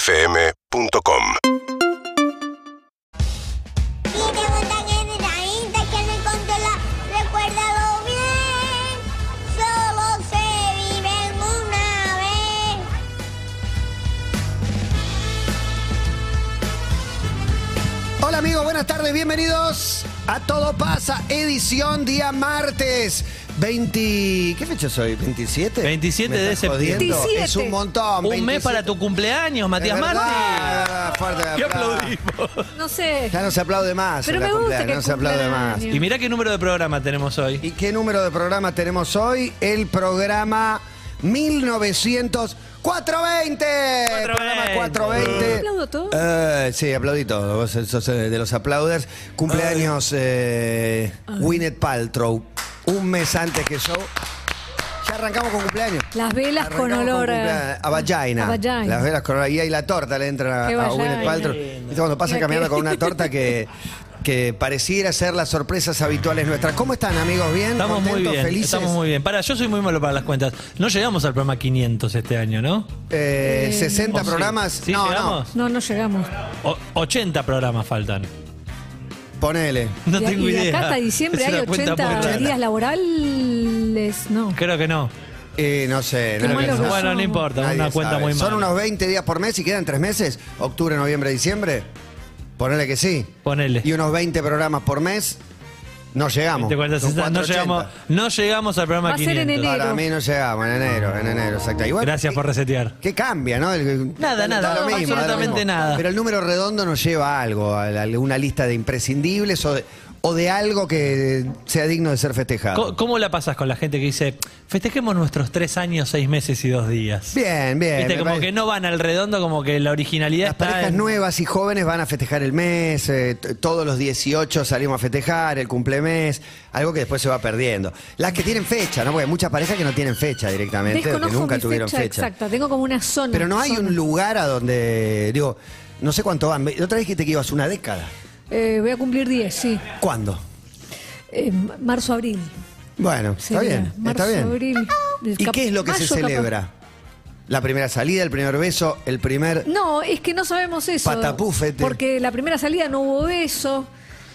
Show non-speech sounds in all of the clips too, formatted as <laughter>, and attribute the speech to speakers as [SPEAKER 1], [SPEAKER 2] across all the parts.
[SPEAKER 1] UrbanaPlayFM.com
[SPEAKER 2] Y te botan en la Insta que no encontró la. Recuérdalo bien. Solo se vive el mundo una vez.
[SPEAKER 3] Hola amigos, buenas tardes, bienvenidos a Todo Pasa, edición día martes. 20... ¿Qué fecha soy? ¿27?
[SPEAKER 4] 27 de septiembre.
[SPEAKER 3] Es un montón.
[SPEAKER 4] Un mes para tu cumpleaños, Matías Martí.
[SPEAKER 3] Fuerte
[SPEAKER 4] Te
[SPEAKER 3] aplauso.
[SPEAKER 4] aplaudimos.
[SPEAKER 5] No sé.
[SPEAKER 3] Ya no se aplaude más.
[SPEAKER 5] Pero
[SPEAKER 3] en la
[SPEAKER 5] me gusta
[SPEAKER 3] cumpleaños,
[SPEAKER 5] que
[SPEAKER 3] No se aplaude
[SPEAKER 5] cumpleaños.
[SPEAKER 3] más.
[SPEAKER 4] Y mirá qué número de programa tenemos hoy.
[SPEAKER 3] ¿Y qué número de programa tenemos hoy? El programa 1900... 420. Programa 420.
[SPEAKER 5] ¿Aplaudo todo?
[SPEAKER 3] Eh, sí, aplaudí todo. Vos sos eh, de los aplauders. Cumpleaños eh, Gwyneth Paltrow. Un mes antes que yo. Ya arrancamos con cumpleaños.
[SPEAKER 5] Las velas con
[SPEAKER 3] Arrancamos
[SPEAKER 5] olor a-
[SPEAKER 3] cumpleaños. a vagina.
[SPEAKER 5] a vagina.
[SPEAKER 3] Las velas con olor. Y ahí la torta le entra
[SPEAKER 5] Qué
[SPEAKER 3] a, a
[SPEAKER 5] vagina.
[SPEAKER 3] Gwyneth Paltrow. ¿Viste cuando pasa
[SPEAKER 5] Mira
[SPEAKER 3] caminando
[SPEAKER 5] qué-
[SPEAKER 3] con una torta
[SPEAKER 5] <laughs>
[SPEAKER 3] que, que pareciera ser las sorpresas habituales nuestras. ¿Cómo están, amigos? ¿Bien?
[SPEAKER 4] Estamos muy
[SPEAKER 3] ¿Contentos?
[SPEAKER 4] bien.
[SPEAKER 3] ¿Felices?
[SPEAKER 4] Estamos muy bien. Para, yo soy muy malo para las cuentas. No llegamos al programa 500 este año, ¿no?
[SPEAKER 3] Eh,
[SPEAKER 4] ¿O
[SPEAKER 3] 60
[SPEAKER 4] sí?
[SPEAKER 3] programas.
[SPEAKER 4] ¿Sí
[SPEAKER 3] no,
[SPEAKER 4] llegamos?
[SPEAKER 5] No, no llegamos.
[SPEAKER 4] O- 80 programas faltan.
[SPEAKER 3] no. Ponele.
[SPEAKER 4] No
[SPEAKER 5] Y-
[SPEAKER 4] tengo
[SPEAKER 5] y de
[SPEAKER 4] idea.
[SPEAKER 5] acá hasta diciembre
[SPEAKER 4] Es
[SPEAKER 5] hay
[SPEAKER 4] una cuenta
[SPEAKER 5] 80
[SPEAKER 4] muy rara.
[SPEAKER 5] días laborales. No.
[SPEAKER 4] Creo que no.
[SPEAKER 3] Eh, no sé.
[SPEAKER 5] Qué
[SPEAKER 3] no
[SPEAKER 5] malos
[SPEAKER 3] sé.
[SPEAKER 5] que
[SPEAKER 4] Bueno, no
[SPEAKER 5] somos.
[SPEAKER 4] importa.
[SPEAKER 3] Nadie
[SPEAKER 4] una cuenta
[SPEAKER 3] sabe.
[SPEAKER 4] muy mala.
[SPEAKER 3] Son unos 20 días por mes y quedan 3 meses. Octubre, noviembre, diciembre. Ponele que sí.
[SPEAKER 4] Ponele.
[SPEAKER 3] Y unos 20 programas por mes. No llegamos.
[SPEAKER 4] ¿Te acuerdas?
[SPEAKER 3] Son
[SPEAKER 4] no,
[SPEAKER 3] 480.
[SPEAKER 4] llegamos, no llegamos al programa
[SPEAKER 5] Va a ser
[SPEAKER 4] 500.
[SPEAKER 5] en enero.
[SPEAKER 3] Para mí no llegamos, en enero, en enero, exacto. Igual,
[SPEAKER 4] Gracias por resetear.
[SPEAKER 3] ¿Qué cambia, no? El-
[SPEAKER 4] Nada,
[SPEAKER 3] da
[SPEAKER 4] nada,
[SPEAKER 3] lo mismo, da lo
[SPEAKER 4] absolutamente
[SPEAKER 3] mismo.
[SPEAKER 4] nada.
[SPEAKER 3] Pero el número redondo nos lleva a algo, a la- a una lista de imprescindibles o de, o de algo que sea digno de ser festejado.
[SPEAKER 4] Co- ¿Cómo la pasas con la gente que dice, festejemos nuestros tres años, seis meses y dos días?
[SPEAKER 3] bien, bien.
[SPEAKER 4] Viste,
[SPEAKER 3] me
[SPEAKER 4] como
[SPEAKER 3] parece-
[SPEAKER 4] que no van al redondo, como que la originalidad
[SPEAKER 3] Las
[SPEAKER 4] está
[SPEAKER 3] parejas
[SPEAKER 4] en-
[SPEAKER 3] nuevas y jóvenes van a festejar el mes, eh, t- todos los 18 salimos a festejar, el cumplemes, algo que después se va perdiendo. Las que tienen fecha, ¿no? Porque hay muchas parejas que no tienen fecha directamente, o que
[SPEAKER 5] Desconozco
[SPEAKER 3] nunca
[SPEAKER 5] mi
[SPEAKER 3] tuvieron
[SPEAKER 5] fecha,
[SPEAKER 3] fecha.
[SPEAKER 5] exacta. Tengo como una zona.
[SPEAKER 3] Pero no hay
[SPEAKER 5] zona.
[SPEAKER 3] un lugar a donde, digo, no sé cuánto van. La otra vez dijiste que ibas una década.
[SPEAKER 5] Eh, voy a cumplir 10, sí.
[SPEAKER 3] ¿Cuándo?
[SPEAKER 5] Eh, marzo, abril.
[SPEAKER 3] Bueno,
[SPEAKER 5] sería.
[SPEAKER 3] está bien,
[SPEAKER 5] Marzo,
[SPEAKER 3] está bien.
[SPEAKER 5] abril.
[SPEAKER 3] ¿Y
[SPEAKER 5] Cap-
[SPEAKER 3] qué es lo que se
[SPEAKER 5] mayo, capaz.
[SPEAKER 3] celebra? La primera salida, el primer beso, el primer...
[SPEAKER 5] No, es que no sabemos eso.
[SPEAKER 3] Patapúfete.
[SPEAKER 5] Porque la primera salida no hubo beso.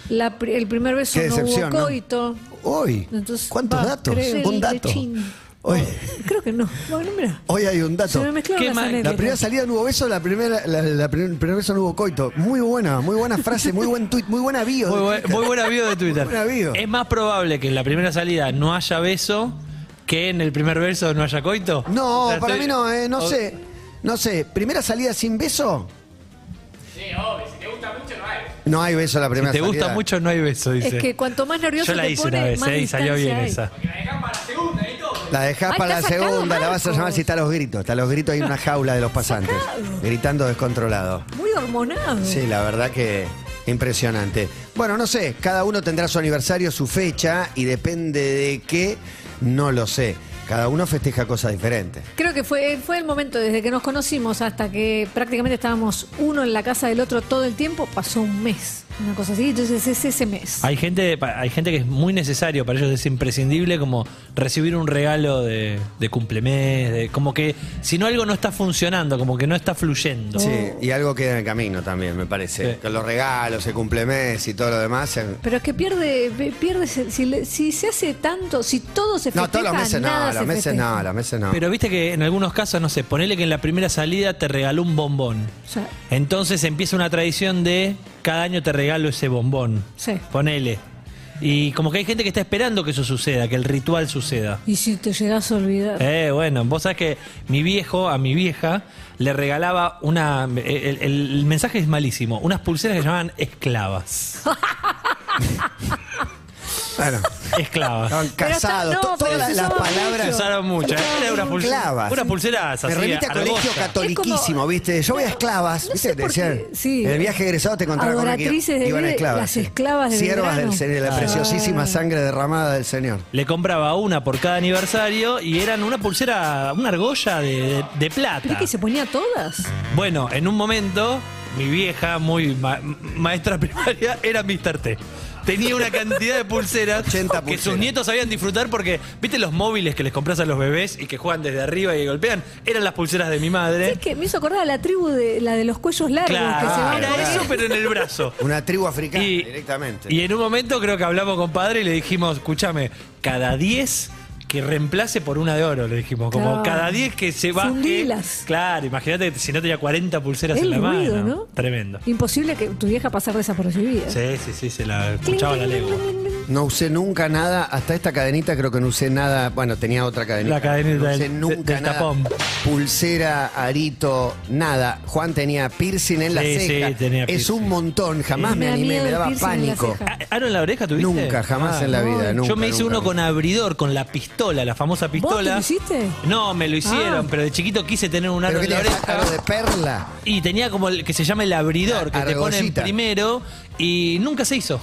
[SPEAKER 5] la pri- el primer beso
[SPEAKER 3] Qué decepción,
[SPEAKER 5] no
[SPEAKER 3] ¿no?
[SPEAKER 5] hubo coito.
[SPEAKER 3] Hoy,
[SPEAKER 5] Entonces,
[SPEAKER 3] ¿cuántos
[SPEAKER 5] va,
[SPEAKER 3] datos?
[SPEAKER 5] creo.
[SPEAKER 3] Un dato.
[SPEAKER 5] Chin.
[SPEAKER 3] Hoy,
[SPEAKER 5] Creo que no. Bueno, mira.
[SPEAKER 3] hoy hay un dato.
[SPEAKER 5] Se me mezclaron
[SPEAKER 4] ¿Qué
[SPEAKER 5] las
[SPEAKER 4] más? La
[SPEAKER 3] La
[SPEAKER 5] anécdotas.
[SPEAKER 3] primera salida no hubo beso, la primera, la, la prim- el primer beso no hubo coito. Muy buena, muy buena frase, muy buen tuit, muy buena bio.
[SPEAKER 4] Muy, buen, muy buena bio de Twitter.
[SPEAKER 3] Muy buena bio.
[SPEAKER 4] Es más probable que en la primera salida no haya beso que en el primer verso no haya coito.
[SPEAKER 3] No,
[SPEAKER 4] O sea,
[SPEAKER 3] para
[SPEAKER 4] estoy-
[SPEAKER 3] mí no, eh, no
[SPEAKER 4] o-
[SPEAKER 3] sé, no sé. Primera salida sin beso. Sí, obvio, si te gusta mucho no hay. No hay beso la primera
[SPEAKER 4] Si te
[SPEAKER 3] salida.
[SPEAKER 4] gusta mucho, no hay beso,
[SPEAKER 5] Es
[SPEAKER 4] dice.
[SPEAKER 5] que cuanto más nervioso
[SPEAKER 4] Yo la
[SPEAKER 5] te
[SPEAKER 4] hice
[SPEAKER 5] pone,
[SPEAKER 4] una vez
[SPEAKER 5] más
[SPEAKER 4] eh, y salió
[SPEAKER 5] distancia
[SPEAKER 4] bien
[SPEAKER 5] hay.
[SPEAKER 4] esa.
[SPEAKER 3] La dejás
[SPEAKER 5] Ay,
[SPEAKER 3] para la
[SPEAKER 5] está sacado,
[SPEAKER 3] segunda, la vas a llamar
[SPEAKER 5] Marcos.
[SPEAKER 3] si está a los gritos. Está a los gritos hay una jaula de los pasantes. Gritando descontrolado.
[SPEAKER 5] Muy hormonado.
[SPEAKER 3] Sí, la verdad que impresionante. Bueno, no sé, cada uno tendrá su aniversario, su fecha y depende de qué, no lo sé. Cada uno festeja cosas diferentes.
[SPEAKER 5] Creo que fue, fue el momento desde que nos conocimos hasta que prácticamente estábamos uno en la casa del otro todo el tiempo, pasó un mes, una cosa así, entonces es ese mes.
[SPEAKER 4] Hay gente, pa- hay gente que es muy necesario, para ellos es imprescindible como recibir un regalo de, de cumplemes, de, como que si no algo no está funcionando, como que no está fluyendo.
[SPEAKER 3] Sí, y algo queda en el camino también, me parece.
[SPEAKER 4] Sí.
[SPEAKER 3] Con los regalos, el cumplemes y todo lo demás. se-
[SPEAKER 5] Pero es que pierde, pe- pierde se- si, le- si se hace tanto, si todo se festeja,
[SPEAKER 3] No, todos los meses
[SPEAKER 5] nada
[SPEAKER 3] no,
[SPEAKER 5] se
[SPEAKER 3] los meses
[SPEAKER 5] festeja.
[SPEAKER 3] no, los meses no.
[SPEAKER 4] Pero viste que en algunos casos, no sé, ponele que en la primera salida te regaló un bombón.
[SPEAKER 5] O sea,
[SPEAKER 4] Entonces empieza una tradición de cada año te regalo ese bombón.
[SPEAKER 5] Sí.
[SPEAKER 4] Ponele. Y como que hay gente que está esperando que eso suceda, que el ritual suceda.
[SPEAKER 5] y si te llegas a olvidar.
[SPEAKER 4] Eh, bueno, vos sabés que mi viejo, a mi vieja, le regalaba una. El, el- el mensaje es malísimo. Unas pulseras que se llamaban
[SPEAKER 3] <laughs>
[SPEAKER 4] esclavas.
[SPEAKER 3] Bueno,
[SPEAKER 4] Esclavas.
[SPEAKER 3] estaban casados,
[SPEAKER 5] está-
[SPEAKER 3] to-
[SPEAKER 5] no,
[SPEAKER 3] todas
[SPEAKER 5] pero
[SPEAKER 3] las,
[SPEAKER 5] se
[SPEAKER 3] las
[SPEAKER 5] usaban
[SPEAKER 3] palabras.
[SPEAKER 4] Se usaron mucho. ¿eh? Era una pulsera.
[SPEAKER 3] Esclavas.
[SPEAKER 4] Una pulsera así,
[SPEAKER 3] Me remite a colegio
[SPEAKER 4] argolla.
[SPEAKER 5] Es
[SPEAKER 3] catoliquísimo,
[SPEAKER 5] como-
[SPEAKER 3] ¿viste? Yo voy a esclavas,
[SPEAKER 5] No
[SPEAKER 3] ¿viste?
[SPEAKER 5] sé
[SPEAKER 3] Te
[SPEAKER 5] por qué,
[SPEAKER 3] decían,
[SPEAKER 5] sí.
[SPEAKER 3] En el viaje egresado te encontrabas con aquí.
[SPEAKER 5] Adoratrices de
[SPEAKER 3] Iban
[SPEAKER 5] Belgrano,
[SPEAKER 3] esclavas.
[SPEAKER 5] las esclavas de
[SPEAKER 3] Siervas del
[SPEAKER 5] Belgrano.
[SPEAKER 3] Señor, la
[SPEAKER 5] Ah.
[SPEAKER 3] preciosísima sangre derramada del Señor.
[SPEAKER 4] Le compraba una por cada aniversario y eran una pulsera, una argolla de, de plata.
[SPEAKER 5] ¿Pero es que se ponía todas?
[SPEAKER 4] Bueno, en un momento mi vieja, muy ma- maestra <laughs> primaria, era Mr. T. Tenía una cantidad
[SPEAKER 3] <laughs>
[SPEAKER 4] de pulseras
[SPEAKER 3] 80
[SPEAKER 4] que sus
[SPEAKER 3] pulseras.
[SPEAKER 4] nietos sabían disfrutar porque, ¿viste los móviles que les compras a los bebés y que juegan desde arriba y golpean? Eran las pulseras de mi madre.
[SPEAKER 5] Es que me hizo acordar a la tribu de la de los cuellos largos que se
[SPEAKER 4] Claro,
[SPEAKER 5] van
[SPEAKER 4] era
[SPEAKER 5] por ahí.
[SPEAKER 4] eso, pero en
[SPEAKER 3] <laughs>
[SPEAKER 4] el brazo.
[SPEAKER 3] Una tribu africana
[SPEAKER 4] Y-
[SPEAKER 3] directamente.
[SPEAKER 4] Y en un momento creo que hablamos con padre y le dijimos, escúchame, cada 10 que reemplace por una de oro, le dijimos. Como
[SPEAKER 5] Claro.
[SPEAKER 4] cada 10 que se va.
[SPEAKER 5] Fundilas.
[SPEAKER 4] Claro, imagínate que si no tenía 40 pulseras en
[SPEAKER 5] El
[SPEAKER 4] la
[SPEAKER 5] ruido,
[SPEAKER 4] mano.
[SPEAKER 5] ¿no?
[SPEAKER 4] Tremendo.
[SPEAKER 5] Imposible que tu vieja pasar desapercibida.
[SPEAKER 4] Sí, sí, sí, se la
[SPEAKER 5] Cling,
[SPEAKER 4] escuchaba la
[SPEAKER 5] cling,
[SPEAKER 4] lengua.
[SPEAKER 5] cling, cling, cling.
[SPEAKER 3] No usé nunca nada, hasta esta cadenita creo que no usé nada. Bueno, tenía otra cadenita.
[SPEAKER 4] La cadenita
[SPEAKER 3] no usé
[SPEAKER 4] del-
[SPEAKER 3] nunca
[SPEAKER 4] del
[SPEAKER 3] nada.
[SPEAKER 4] tapón.
[SPEAKER 3] Pulsera, arito, nada. Juan tenía piercing en la
[SPEAKER 4] Sí,
[SPEAKER 3] ceja.
[SPEAKER 4] sí, tenía
[SPEAKER 3] es un
[SPEAKER 4] piercing.
[SPEAKER 3] montón, jamás
[SPEAKER 5] Sí.
[SPEAKER 3] me
[SPEAKER 5] Me da
[SPEAKER 3] animé,
[SPEAKER 5] miedo
[SPEAKER 3] me
[SPEAKER 5] el
[SPEAKER 3] daba
[SPEAKER 5] piercing en la
[SPEAKER 3] pánico.
[SPEAKER 5] ceja.
[SPEAKER 4] Ah, ¿Aro en la oreja tuviste?
[SPEAKER 3] Nunca, jamás en la vida, nunca.
[SPEAKER 4] Ah, Yo me hice
[SPEAKER 3] nunca,
[SPEAKER 4] uno
[SPEAKER 3] nunca.
[SPEAKER 4] con abridor, con la pistola, la famosa pistola.
[SPEAKER 5] lo hiciste?
[SPEAKER 4] No, me lo hicieron,
[SPEAKER 5] Ah.
[SPEAKER 4] pero de chiquito quise tener un
[SPEAKER 3] ¿Pero
[SPEAKER 4] aro
[SPEAKER 3] qué
[SPEAKER 4] en la
[SPEAKER 3] tenía,
[SPEAKER 4] oreja.
[SPEAKER 3] algo de perla?
[SPEAKER 4] Y tenía como el que se llama el abridor, que te ponen
[SPEAKER 3] Argollita.
[SPEAKER 4] primero y nunca se hizo.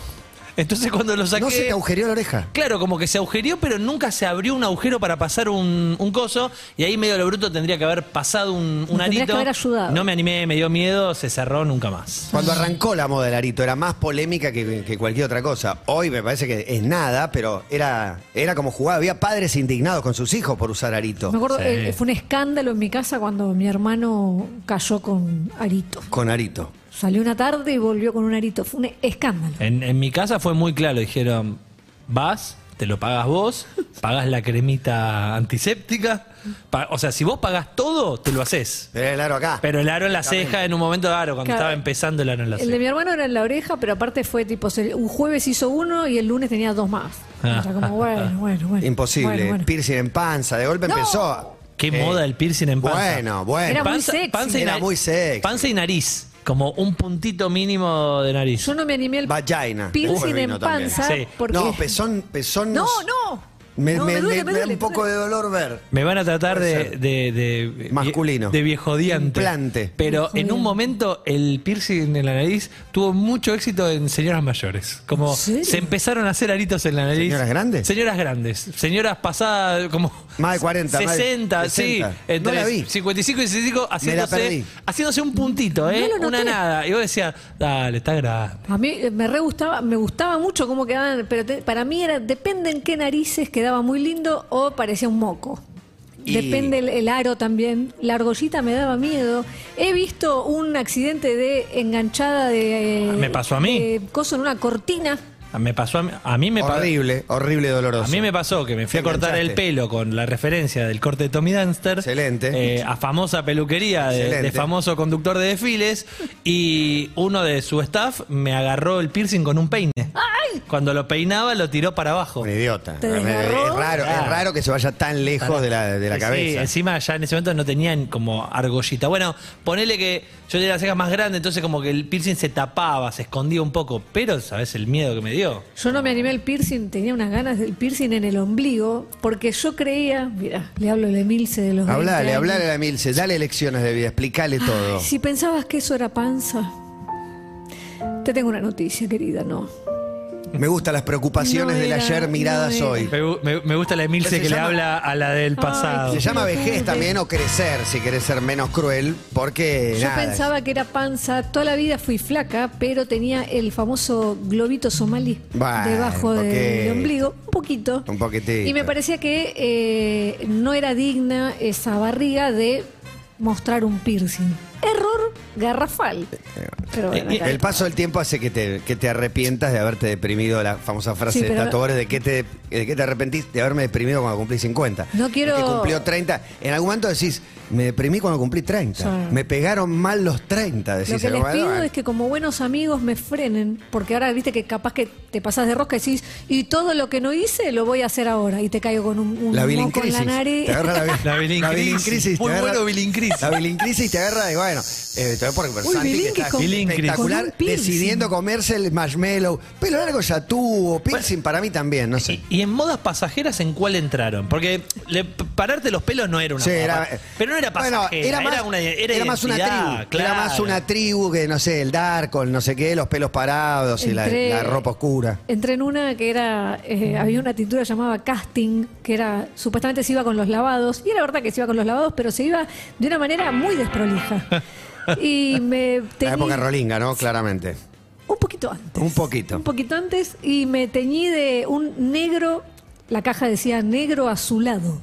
[SPEAKER 4] Entonces cuando lo saqué...
[SPEAKER 3] No se te agujereó la oreja.
[SPEAKER 4] Claro, como que se agujerió, pero nunca se abrió un agujero para pasar un, un coso. Y ahí medio lo bruto tendría que haber pasado un, un
[SPEAKER 5] Me tendrías
[SPEAKER 4] arito.
[SPEAKER 5] que haber ayudado.
[SPEAKER 4] No me animé, me dio miedo, se cerró nunca más.
[SPEAKER 3] Cuando arrancó la moda del arito, era más polémica que, que cualquier otra cosa. Hoy me parece que es nada, pero era, era como jugaba. Había padres indignados con sus hijos por usar arito.
[SPEAKER 5] Me acuerdo,
[SPEAKER 4] Sí.
[SPEAKER 5] eh, fue un escándalo en mi casa cuando mi hermano cayó con arito.
[SPEAKER 3] Con arito.
[SPEAKER 5] Salió una tarde y volvió con un arito. Fue un escándalo.
[SPEAKER 4] En, en mi casa fue muy claro, dijeron, vas, te lo pagas vos, pagas la cremita antiséptica. pa- o sea, si vos pagás todo, te lo haces.
[SPEAKER 3] Pero era el aro acá.
[SPEAKER 4] Pero el aro en la ceja en un momento de aro, cuando
[SPEAKER 5] Claro.
[SPEAKER 4] estaba empezando el aro en la
[SPEAKER 5] El de
[SPEAKER 4] ceja.
[SPEAKER 5] mi hermano era en la oreja, pero aparte fue tipo, se- un jueves hizo uno y el lunes tenía dos más. O
[SPEAKER 4] Ah.
[SPEAKER 5] sea, como,
[SPEAKER 4] <laughs>
[SPEAKER 5] bueno, bueno, bueno.
[SPEAKER 3] Imposible.
[SPEAKER 5] Bueno, bueno.
[SPEAKER 3] Piercing en panza. De golpe
[SPEAKER 5] No.
[SPEAKER 3] empezó.
[SPEAKER 4] Qué
[SPEAKER 3] Eh,
[SPEAKER 4] moda el piercing en panza.
[SPEAKER 3] Bueno, bueno.
[SPEAKER 5] Era muy
[SPEAKER 4] Panza-
[SPEAKER 5] sexy.
[SPEAKER 4] panza y
[SPEAKER 3] Era
[SPEAKER 4] nariz-
[SPEAKER 3] muy sexy.
[SPEAKER 4] Panza y nariz, como un puntito mínimo de nariz.
[SPEAKER 5] Yo no me animé al
[SPEAKER 3] Vagina. Después
[SPEAKER 5] piercing
[SPEAKER 3] vino
[SPEAKER 5] en
[SPEAKER 3] también.
[SPEAKER 5] panza.
[SPEAKER 4] Sí.
[SPEAKER 5] Porque... <laughs>
[SPEAKER 3] No, pezón, pezón.
[SPEAKER 5] No, no.
[SPEAKER 3] Me,
[SPEAKER 5] No,
[SPEAKER 3] me- me-
[SPEAKER 5] duele,
[SPEAKER 3] me da
[SPEAKER 5] duele,
[SPEAKER 3] un poco de dolor ver.
[SPEAKER 4] Me van a tratar
[SPEAKER 3] Puede
[SPEAKER 4] de,
[SPEAKER 3] ser.
[SPEAKER 4] de- de-
[SPEAKER 3] Masculino.
[SPEAKER 4] De viejodiante.
[SPEAKER 3] Implante.
[SPEAKER 4] Pero en un momento el piercing en la nariz tuvo mucho éxito en señoras mayores. Como
[SPEAKER 5] ¿En serio?
[SPEAKER 4] se empezaron a hacer aritos en la nariz.
[SPEAKER 3] ¿Señoras grandes?
[SPEAKER 4] Señoras grandes. Señoras pasadas como...
[SPEAKER 3] Más de 40, más de
[SPEAKER 4] 60, sí.
[SPEAKER 3] 60.
[SPEAKER 4] Entre
[SPEAKER 3] No la vi.
[SPEAKER 4] 55 y 65
[SPEAKER 3] perdí.
[SPEAKER 4] haciéndose, haciéndose un puntito, ¿eh?
[SPEAKER 5] No lo
[SPEAKER 4] Una
[SPEAKER 5] noté.
[SPEAKER 4] nada. Y vos decías, dale, está grande.
[SPEAKER 5] A mí eh, me re gustaba, me gustaba mucho cómo quedaban, pero te- para mí era, depende en qué narices quedaba muy lindo o parecía un moco.
[SPEAKER 3] Y-
[SPEAKER 5] Depende el, el aro también. La argollita me daba miedo. He visto un accidente de enganchada de. eh,
[SPEAKER 4] Ah, Me pasó a mí.
[SPEAKER 5] de coso en una cortina.
[SPEAKER 4] Me pasó a mí, a mí me pa-
[SPEAKER 3] horrible, horrible doloroso.
[SPEAKER 4] A mí me pasó que me fui
[SPEAKER 3] Te
[SPEAKER 4] a cortar el
[SPEAKER 3] enganchaste.
[SPEAKER 4] pelo con la referencia del corte de Tommy Dunster.
[SPEAKER 3] Excelente.
[SPEAKER 4] eh, a famosa peluquería de- de,
[SPEAKER 3] Excelente.
[SPEAKER 4] famoso conductor de desfiles. Y uno de su staff me agarró el piercing con un peine. Cuando lo peinaba, lo tiró para abajo.
[SPEAKER 3] Un idiota.
[SPEAKER 5] ¿Te
[SPEAKER 3] es
[SPEAKER 5] desgarró?
[SPEAKER 3] raro, es
[SPEAKER 4] Claro.
[SPEAKER 3] raro que se vaya tan lejos de la, de la
[SPEAKER 4] Sí,
[SPEAKER 3] cabeza.
[SPEAKER 4] encima ya en ese momento no tenían como argollita. Bueno, ponele que yo tenía las cejas más grandes, entonces como que el piercing se tapaba, se escondía un poco. Pero, ¿sabes el miedo que me dio?
[SPEAKER 5] Yo no me animé al piercing, tenía unas ganas del piercing en el ombligo, porque yo creía, mira, le hablo de Milce de los. 20
[SPEAKER 3] Hablale,
[SPEAKER 5] años.
[SPEAKER 3] hablale a la Milce, dale lecciones de vida, explicale todo.
[SPEAKER 5] Si pensabas que eso era panza, te tengo una noticia, querida, no.
[SPEAKER 3] Me gustan las preocupaciones
[SPEAKER 5] No
[SPEAKER 3] del
[SPEAKER 5] era,
[SPEAKER 3] ayer miradas
[SPEAKER 5] no era.
[SPEAKER 3] hoy.
[SPEAKER 4] Me, gu- me- me gusta la Emilce
[SPEAKER 3] Se
[SPEAKER 4] que le
[SPEAKER 3] llama-
[SPEAKER 4] habla a la del pasado.
[SPEAKER 3] Se llama
[SPEAKER 5] No,
[SPEAKER 3] vejez
[SPEAKER 5] no,
[SPEAKER 3] también o crecer, si querés ser menos cruel, porque
[SPEAKER 5] Yo
[SPEAKER 3] nada,
[SPEAKER 5] pensaba que era panza, toda la vida fui flaca, pero tenía el famoso globito somalí
[SPEAKER 3] Bueno,
[SPEAKER 5] debajo del
[SPEAKER 3] poquito.
[SPEAKER 5] ombligo, un poquito.
[SPEAKER 3] Un poquitito.
[SPEAKER 5] Y me parecía que eh, no era digna esa barriga de mostrar un piercing. Error garrafal. Pero bueno,
[SPEAKER 4] Eh,
[SPEAKER 5] acá-
[SPEAKER 3] El paso del tiempo hace que te, que te arrepientas de haberte deprimido, la famosa frase
[SPEAKER 5] Sí,
[SPEAKER 3] de
[SPEAKER 5] pero-
[SPEAKER 3] Tato Bores, de que, te, de que te arrepentís de haberme deprimido cuando cumplí 50.
[SPEAKER 5] No
[SPEAKER 3] El
[SPEAKER 5] quiero-
[SPEAKER 3] Que cumplió 30. En algún momento decís, me deprimí cuando cumplí 30.
[SPEAKER 5] Sí.
[SPEAKER 3] Me pegaron mal los 30, decís.
[SPEAKER 5] Lo que
[SPEAKER 3] en
[SPEAKER 5] les
[SPEAKER 3] algún
[SPEAKER 5] pido
[SPEAKER 3] momento.
[SPEAKER 5] es que como buenos amigos me frenen, porque ahora viste que capaz que te pasás de rosca y decís, y todo lo que no hice lo voy a hacer ahora, y te caigo con un, un
[SPEAKER 3] La
[SPEAKER 5] moco en
[SPEAKER 3] bilincrisis.
[SPEAKER 5] la nariz.
[SPEAKER 3] Te agarra
[SPEAKER 5] <laughs>
[SPEAKER 3] la,
[SPEAKER 4] La bilincrisis. Muy
[SPEAKER 3] te agarra-
[SPEAKER 4] bueno bilincrisis.
[SPEAKER 3] La bilincrisis te agarra de, bueno, eh, te voy por por
[SPEAKER 5] Uy,
[SPEAKER 3] Santi, que
[SPEAKER 5] bilinque
[SPEAKER 3] está
[SPEAKER 5] con-
[SPEAKER 3] espectacular,
[SPEAKER 5] con un piercing.
[SPEAKER 3] decidiendo comerse el marshmallow. Pelo largo ya tuvo, piercing para mí también, no sé.
[SPEAKER 4] Y, y en modas pasajeras, ¿en cuál entraron? Porque le- p- pararte los pelos no era una
[SPEAKER 3] Sí,
[SPEAKER 4] moda,
[SPEAKER 3] era- eh,
[SPEAKER 4] pa- pero no era
[SPEAKER 3] Bueno,
[SPEAKER 4] pasajera, era, una, era
[SPEAKER 3] era más una
[SPEAKER 4] identidad,
[SPEAKER 3] tribu.
[SPEAKER 4] claro.
[SPEAKER 3] Era más una tribu que, no sé, el dark, el no sé qué, los pelos parados y la,
[SPEAKER 5] Entré-
[SPEAKER 3] la ropa oscura.
[SPEAKER 5] Entré en una que era, eh, había una tintura llamada casting, que era,
[SPEAKER 3] <laughs>
[SPEAKER 5] supuestamente se iba con los lavados, y era verdad que se iba con los lavados, pero se iba de una manera muy desprolija. Y me
[SPEAKER 3] La
[SPEAKER 5] teñí-
[SPEAKER 3] época rolinga, ¿no? Claramente.
[SPEAKER 5] Un poquito antes.
[SPEAKER 3] Un poquito.
[SPEAKER 5] Un poquito antes y me teñí de un negro, la caja decía negro azulado.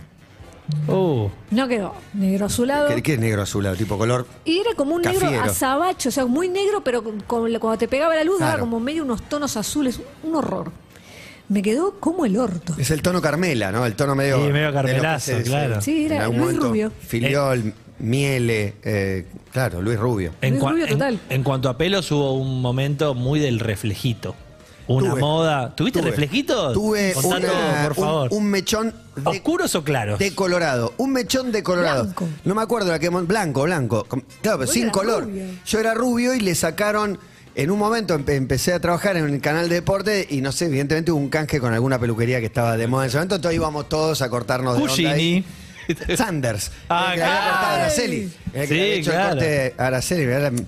[SPEAKER 4] Uh,
[SPEAKER 5] No quedó, negro azulado.
[SPEAKER 3] ¿Qué, qué es negro azulado? Tipo color.
[SPEAKER 5] Y era como un negro
[SPEAKER 3] Cafiero.
[SPEAKER 5] azabache, o sea, muy negro, pero con- con- cuando te pegaba la luz daba
[SPEAKER 3] Claro.
[SPEAKER 5] como medio unos tonos azules, un horror. Me quedó como el orto.
[SPEAKER 3] Es el tono carmela, ¿no? El tono medio.
[SPEAKER 4] Sí, medio
[SPEAKER 3] de lo que
[SPEAKER 4] carmelazo,
[SPEAKER 3] se dice.
[SPEAKER 4] claro.
[SPEAKER 5] Sí,
[SPEAKER 3] En
[SPEAKER 5] era
[SPEAKER 3] algún
[SPEAKER 5] Luis
[SPEAKER 3] momento,
[SPEAKER 5] Rubio.
[SPEAKER 3] Filiol, Miele, eh, claro, Luis Rubio.
[SPEAKER 4] en,
[SPEAKER 5] Luis
[SPEAKER 4] cua-
[SPEAKER 5] Rubio
[SPEAKER 4] en-
[SPEAKER 5] total.
[SPEAKER 4] en cuanto a pelos, hubo un momento muy del reflejito. Una
[SPEAKER 3] Tuve.
[SPEAKER 4] moda. ¿Tuviste
[SPEAKER 3] Tuve.
[SPEAKER 4] reflejito?
[SPEAKER 3] Tuve
[SPEAKER 4] Contá
[SPEAKER 3] una-
[SPEAKER 4] todo, por
[SPEAKER 3] un-
[SPEAKER 4] favor.
[SPEAKER 3] Un, mechón de,
[SPEAKER 4] ¿Oscuros o claros?
[SPEAKER 3] de colorado. Un mechón de colorado.
[SPEAKER 5] Blanco.
[SPEAKER 3] No me acuerdo la que. mon- Blanco, blanco. Com- Claro, pero
[SPEAKER 5] Vos
[SPEAKER 3] sin
[SPEAKER 5] eras
[SPEAKER 3] color.
[SPEAKER 5] rubio.
[SPEAKER 3] Yo era rubio y le sacaron. En un momento empe- empecé a trabajar en el canal de deporte y no sé, evidentemente hubo un canje con alguna peluquería que estaba de moda en ese momento, entonces íbamos todos a cortarnos de onda ahí.
[SPEAKER 4] Cushini.
[SPEAKER 3] Sanders.
[SPEAKER 4] Ah,
[SPEAKER 3] el que le había
[SPEAKER 4] claro.
[SPEAKER 3] cortado a Araceli. El que
[SPEAKER 4] Sí,
[SPEAKER 3] le había hecho
[SPEAKER 4] claro.
[SPEAKER 3] el corte a Araceli. Mirá la-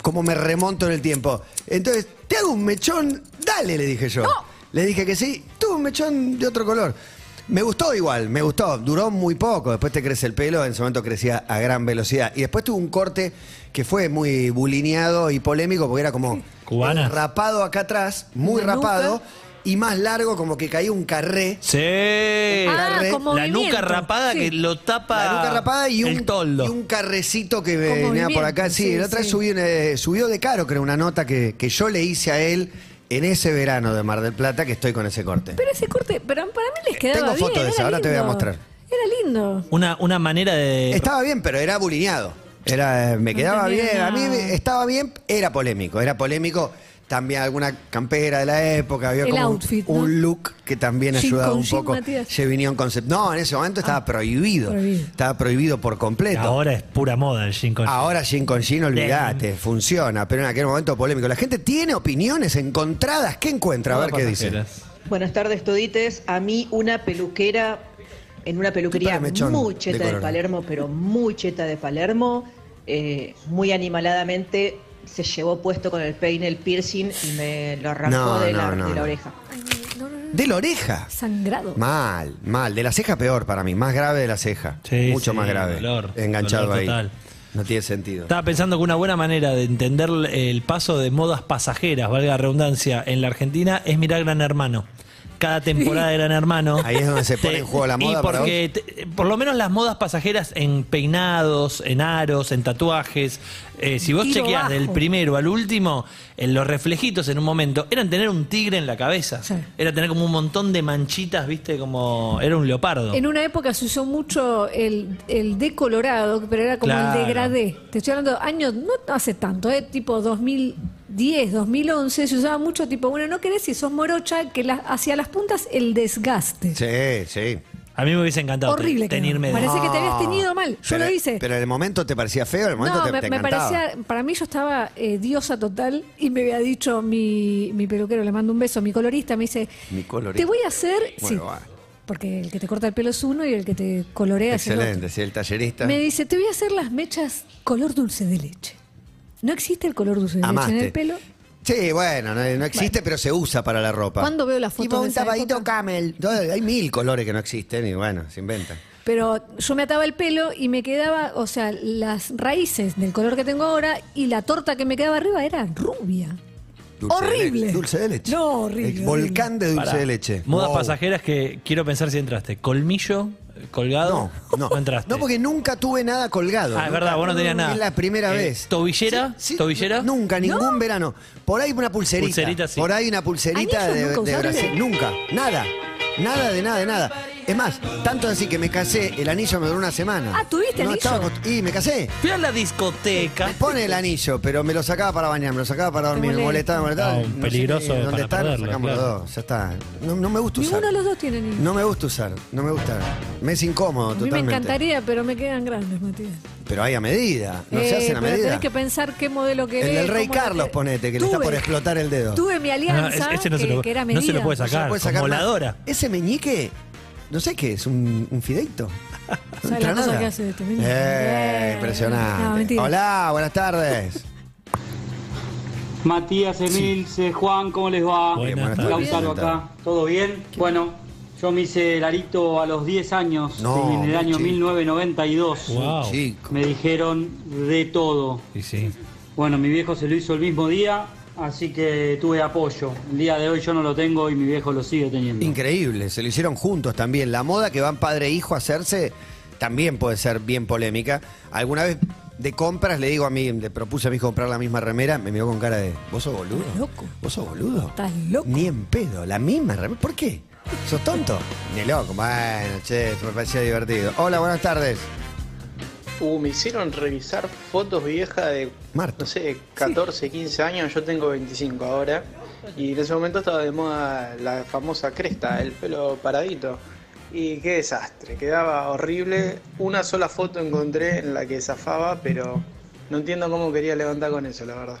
[SPEAKER 3] cómo me remonto en el tiempo. Entonces, ¿te hago un mechón? Dale, le dije yo. Le dije que sí. Tuve un mechón de otro color. Me gustó igual, me gustó. Duró muy poco. Después te crece el pelo. En ese momento crecía a gran velocidad. Y después tuve un corte que fue muy bulineado y polémico porque era como
[SPEAKER 4] Cubana.
[SPEAKER 3] rapado acá atrás, muy
[SPEAKER 5] Una nuca.
[SPEAKER 3] rapado. Y más largo, como que caía un carré.
[SPEAKER 4] Sí.
[SPEAKER 5] Ah,
[SPEAKER 3] la red-
[SPEAKER 5] con
[SPEAKER 4] la
[SPEAKER 5] movimiento.
[SPEAKER 4] nuca rapada
[SPEAKER 5] Sí.
[SPEAKER 4] que lo tapa.
[SPEAKER 3] La nuca rapada y un,
[SPEAKER 4] el toldo.
[SPEAKER 3] y un carrecito que
[SPEAKER 5] Con
[SPEAKER 3] venía
[SPEAKER 5] movimiento,
[SPEAKER 3] por acá. Sí,
[SPEAKER 5] sí,
[SPEAKER 3] la otra vez
[SPEAKER 5] sí.
[SPEAKER 3] subí una- eh, subió de caro, creo, una nota que, que yo le hice a él en ese verano de Mar del Plata, que estoy con ese corte.
[SPEAKER 5] Pero ese corte, pero para mí les quedaba
[SPEAKER 3] Eh, Tengo
[SPEAKER 5] bien.
[SPEAKER 3] foto de
[SPEAKER 5] era
[SPEAKER 3] esa, ahora te voy a
[SPEAKER 5] lindo.
[SPEAKER 3] mostrar.
[SPEAKER 5] Era lindo.
[SPEAKER 4] Una, una manera de.
[SPEAKER 3] Estaba bien, pero era bulineado. Era, eh, me
[SPEAKER 5] No
[SPEAKER 3] quedaba
[SPEAKER 5] entendía
[SPEAKER 3] bien. A mí
[SPEAKER 5] nada.
[SPEAKER 3] me- estaba bien, era polémico. Era polémico también alguna campera de la época. Había
[SPEAKER 5] El
[SPEAKER 3] como un-
[SPEAKER 5] outfit, ¿no?
[SPEAKER 3] un, look que también
[SPEAKER 5] Jean
[SPEAKER 3] ayudaba
[SPEAKER 5] con
[SPEAKER 3] un
[SPEAKER 5] jean,
[SPEAKER 3] poco.
[SPEAKER 5] Matías. Ah.
[SPEAKER 3] Chevignon Concept. No, en ese momento estaba prohibido.
[SPEAKER 5] prohibido.
[SPEAKER 3] Estaba prohibido por completo.
[SPEAKER 4] Ahora es pura moda el jean con
[SPEAKER 3] Ahora Gin con Gin, olvídate, funciona, pero en aquel momento polémico. La gente tiene opiniones encontradas. ¿Qué encuentra? A ver qué dice.
[SPEAKER 6] Buenas tardes, todites. A mí una peluquera, en una
[SPEAKER 3] Tipo
[SPEAKER 6] peluquería
[SPEAKER 3] de mechón,
[SPEAKER 6] muy
[SPEAKER 3] de
[SPEAKER 6] cheta de,
[SPEAKER 3] color.
[SPEAKER 6] Palermo, pero muy cheta de Palermo, eh, muy animaladamente se llevó puesto con el peine el piercing y me lo arrancó
[SPEAKER 3] No,
[SPEAKER 6] de,
[SPEAKER 3] no,
[SPEAKER 6] la,
[SPEAKER 3] no,
[SPEAKER 6] de la
[SPEAKER 3] no.
[SPEAKER 6] oreja.
[SPEAKER 3] De la oreja.
[SPEAKER 5] Sangrado.
[SPEAKER 3] Mal, mal. De la ceja peor para mí, más grave de la ceja.
[SPEAKER 4] Sí,
[SPEAKER 3] Mucho
[SPEAKER 4] sí,
[SPEAKER 3] más grave.
[SPEAKER 4] dolor,
[SPEAKER 3] Enganchado
[SPEAKER 4] dolor
[SPEAKER 3] ahí.
[SPEAKER 4] total.
[SPEAKER 3] No tiene sentido.
[SPEAKER 4] Estaba pensando que una buena manera de entender el paso de modas pasajeras, valga la redundancia, en la Argentina es mirar Gran Hermano. Cada temporada de Gran Hermano.
[SPEAKER 3] Ahí es
[SPEAKER 4] <laughs>
[SPEAKER 3] donde se
[SPEAKER 4] te-
[SPEAKER 3] pone en juego la moda
[SPEAKER 4] Y
[SPEAKER 3] para
[SPEAKER 4] porque te- por lo menos las modas pasajeras en peinados, en aros, en tatuajes. eh, si vos
[SPEAKER 5] Tiro
[SPEAKER 4] chequeás
[SPEAKER 5] bajo.
[SPEAKER 4] del primero al último, en los reflejitos en un momento, eran tener un tigre en la cabeza.
[SPEAKER 5] Sí.
[SPEAKER 4] Era tener como un montón de manchitas, viste, como. Era un leopardo.
[SPEAKER 5] En una época se usó mucho el, el decolorado, pero era como
[SPEAKER 4] Claro.
[SPEAKER 5] el degradé. Te estoy hablando de años, no hace tanto, ¿eh? tipo 2010, 2011, se usaba mucho tipo, bueno, no querés si sos morocha, que la- hacia las puntas el desgaste.
[SPEAKER 3] Sí, sí.
[SPEAKER 4] A mí me hubiese encantado te-
[SPEAKER 5] Horrible. que no.
[SPEAKER 4] tenirme de-
[SPEAKER 5] Parece que te habías
[SPEAKER 3] Ah.
[SPEAKER 5] tenido mal. Yo
[SPEAKER 3] Pero-
[SPEAKER 5] lo hice.
[SPEAKER 3] Pero en el momento te parecía feo, en el momento
[SPEAKER 5] no,
[SPEAKER 3] te,
[SPEAKER 5] me,
[SPEAKER 3] te
[SPEAKER 5] me
[SPEAKER 3] encantaba.
[SPEAKER 5] parecía, para mí yo estaba eh, diosa total y me había dicho mi, mi peluquero, le mando un beso, mi colorista, me dice,
[SPEAKER 3] Mi colorista.
[SPEAKER 5] te voy a hacer, sí,
[SPEAKER 3] Bueno, va.
[SPEAKER 5] porque el que te corta el pelo es uno y el que te colorea es el otro.
[SPEAKER 3] Excelente, sí, el tallerista.
[SPEAKER 5] eh, Me dice, te voy a hacer las mechas color dulce de leche. No existe el color dulce de
[SPEAKER 3] Amaste.
[SPEAKER 5] leche en el pelo.
[SPEAKER 3] Sí, bueno, no, no existe, pero se usa para la ropa.
[SPEAKER 5] ¿Cuándo veo las
[SPEAKER 3] Y
[SPEAKER 5] fotos
[SPEAKER 3] va
[SPEAKER 5] de
[SPEAKER 3] un
[SPEAKER 5] esa
[SPEAKER 3] tapadito
[SPEAKER 5] época?
[SPEAKER 3] camel. No, Hay mil colores que no existen y bueno, se inventan.
[SPEAKER 5] Pero yo me ataba el pelo y me quedaba, o sea, las raíces del color que tengo ahora y la torta que me quedaba arriba era rubia.
[SPEAKER 3] Dulce de
[SPEAKER 5] horrible.
[SPEAKER 3] leche. dulce de leche.
[SPEAKER 5] No, horrible.
[SPEAKER 3] El volcán de dulce
[SPEAKER 4] Pará.
[SPEAKER 3] de leche.
[SPEAKER 4] Modas
[SPEAKER 3] Wow.
[SPEAKER 4] pasajeras que quiero pensar si entraste. Colmillo, eh, colgado.
[SPEAKER 3] No,
[SPEAKER 4] <laughs>
[SPEAKER 3] no.
[SPEAKER 4] entraste.
[SPEAKER 3] No, porque nunca tuve nada colgado.
[SPEAKER 4] Ah, es
[SPEAKER 3] Nunca-
[SPEAKER 4] verdad, vos no tenías nada.
[SPEAKER 3] Es la primera
[SPEAKER 4] Eh,
[SPEAKER 3] vez.
[SPEAKER 4] ¿tobillera? ¿Tobillera?
[SPEAKER 3] Nunca, ningún verano. Por ahí una pulserita.
[SPEAKER 4] Pulserita, sí.
[SPEAKER 3] Por ahí una pulserita
[SPEAKER 5] Anillos
[SPEAKER 3] de,
[SPEAKER 5] nunca
[SPEAKER 3] de
[SPEAKER 5] usaron.
[SPEAKER 3] Brasil. Nunca, nada. Nada de nada de nada. Es más, tanto así que me casé, el anillo me duró una semana.
[SPEAKER 5] Ah, ¿tuviste
[SPEAKER 3] No
[SPEAKER 5] anillo?
[SPEAKER 3] estaba acost- Y me casé.
[SPEAKER 4] Fui a la discoteca.
[SPEAKER 3] Me pone el anillo, pero me lo sacaba para bañar, me lo sacaba para dormir, me
[SPEAKER 5] molesta.
[SPEAKER 3] molestaba, me molestaba.
[SPEAKER 4] No, Ah, peligroso
[SPEAKER 3] dónde
[SPEAKER 4] para
[SPEAKER 3] está,
[SPEAKER 4] perderlo,
[SPEAKER 3] sacamos los
[SPEAKER 4] claro.
[SPEAKER 3] dos, ya está. No, no me gusta usar.
[SPEAKER 5] Ninguno de los dos tiene ni.
[SPEAKER 3] No me gusta usar, no me gusta. Me es incómodo
[SPEAKER 5] a mí
[SPEAKER 3] totalmente.
[SPEAKER 5] me encantaría, pero me quedan grandes, Matías.
[SPEAKER 3] Pero hay a medida, no se
[SPEAKER 5] Eh,
[SPEAKER 3] hacen a
[SPEAKER 5] pero
[SPEAKER 3] medida.
[SPEAKER 5] tenés que pensar qué modelo querés.
[SPEAKER 3] El del Rey
[SPEAKER 5] cómo lo
[SPEAKER 3] Carlos,
[SPEAKER 5] querés.
[SPEAKER 3] ponete, que le está por explotar el dedo.
[SPEAKER 5] Tuve mi alianza,
[SPEAKER 4] No, es- ese no se
[SPEAKER 5] que,
[SPEAKER 4] lo-
[SPEAKER 5] que era
[SPEAKER 4] no se lo
[SPEAKER 5] medida.
[SPEAKER 4] puede
[SPEAKER 3] No se
[SPEAKER 4] sacar,
[SPEAKER 3] puede
[SPEAKER 4] con
[SPEAKER 3] más.
[SPEAKER 4] voladora.
[SPEAKER 3] Ese meñique, no sé qué es, un, un
[SPEAKER 5] <laughs>
[SPEAKER 3] fideito.
[SPEAKER 5] O sea,
[SPEAKER 3] entra
[SPEAKER 5] la cosa
[SPEAKER 3] nada.
[SPEAKER 5] que hace este meñique.
[SPEAKER 3] eh,
[SPEAKER 5] Eh,
[SPEAKER 3] impresionante.
[SPEAKER 5] no, mentira.
[SPEAKER 3] Hola, buenas tardes.
[SPEAKER 7] Matías, Emilce, Juan, ¿cómo les va?
[SPEAKER 4] Buenas
[SPEAKER 3] tardes.
[SPEAKER 7] Lautaro acá, ¿todo bien? Bueno, Yo me hice el arito a los 10 años,
[SPEAKER 3] No,
[SPEAKER 7] en
[SPEAKER 3] muy
[SPEAKER 7] el año
[SPEAKER 3] chico.
[SPEAKER 7] 1992.
[SPEAKER 4] Wow.
[SPEAKER 3] Chico.
[SPEAKER 7] Me dijeron de todo.
[SPEAKER 4] Y sí.
[SPEAKER 7] Bueno, mi viejo se lo hizo el mismo día, así que tuve apoyo. El día de hoy yo no lo tengo y mi viejo lo sigue teniendo.
[SPEAKER 3] Increíble, se lo hicieron juntos también. La moda que van padre e hijo a hacerse también puede ser bien polémica. Alguna vez de compras le digo a mí, le propuse a mí comprar la misma remera, me miró con cara de, ¿vos sos boludo?
[SPEAKER 5] Loco.
[SPEAKER 3] ¿Vos sos boludo?
[SPEAKER 5] Estás loco.
[SPEAKER 3] Ni en pedo, la misma remera. ¿Por qué? ¿Sos tonto? Ni loco. Bueno, che, me parecía divertido. Hola, buenas tardes.
[SPEAKER 8] Uh, me hicieron revisar fotos viejas de,
[SPEAKER 3] Marto.
[SPEAKER 8] no sé, 14, 15 años, yo tengo 25 ahora, y en ese momento estaba de moda la famosa cresta, el pelo paradito. Y qué desastre, quedaba horrible. Una sola foto encontré en la que zafaba, pero no entiendo cómo quería levantar con eso, la verdad.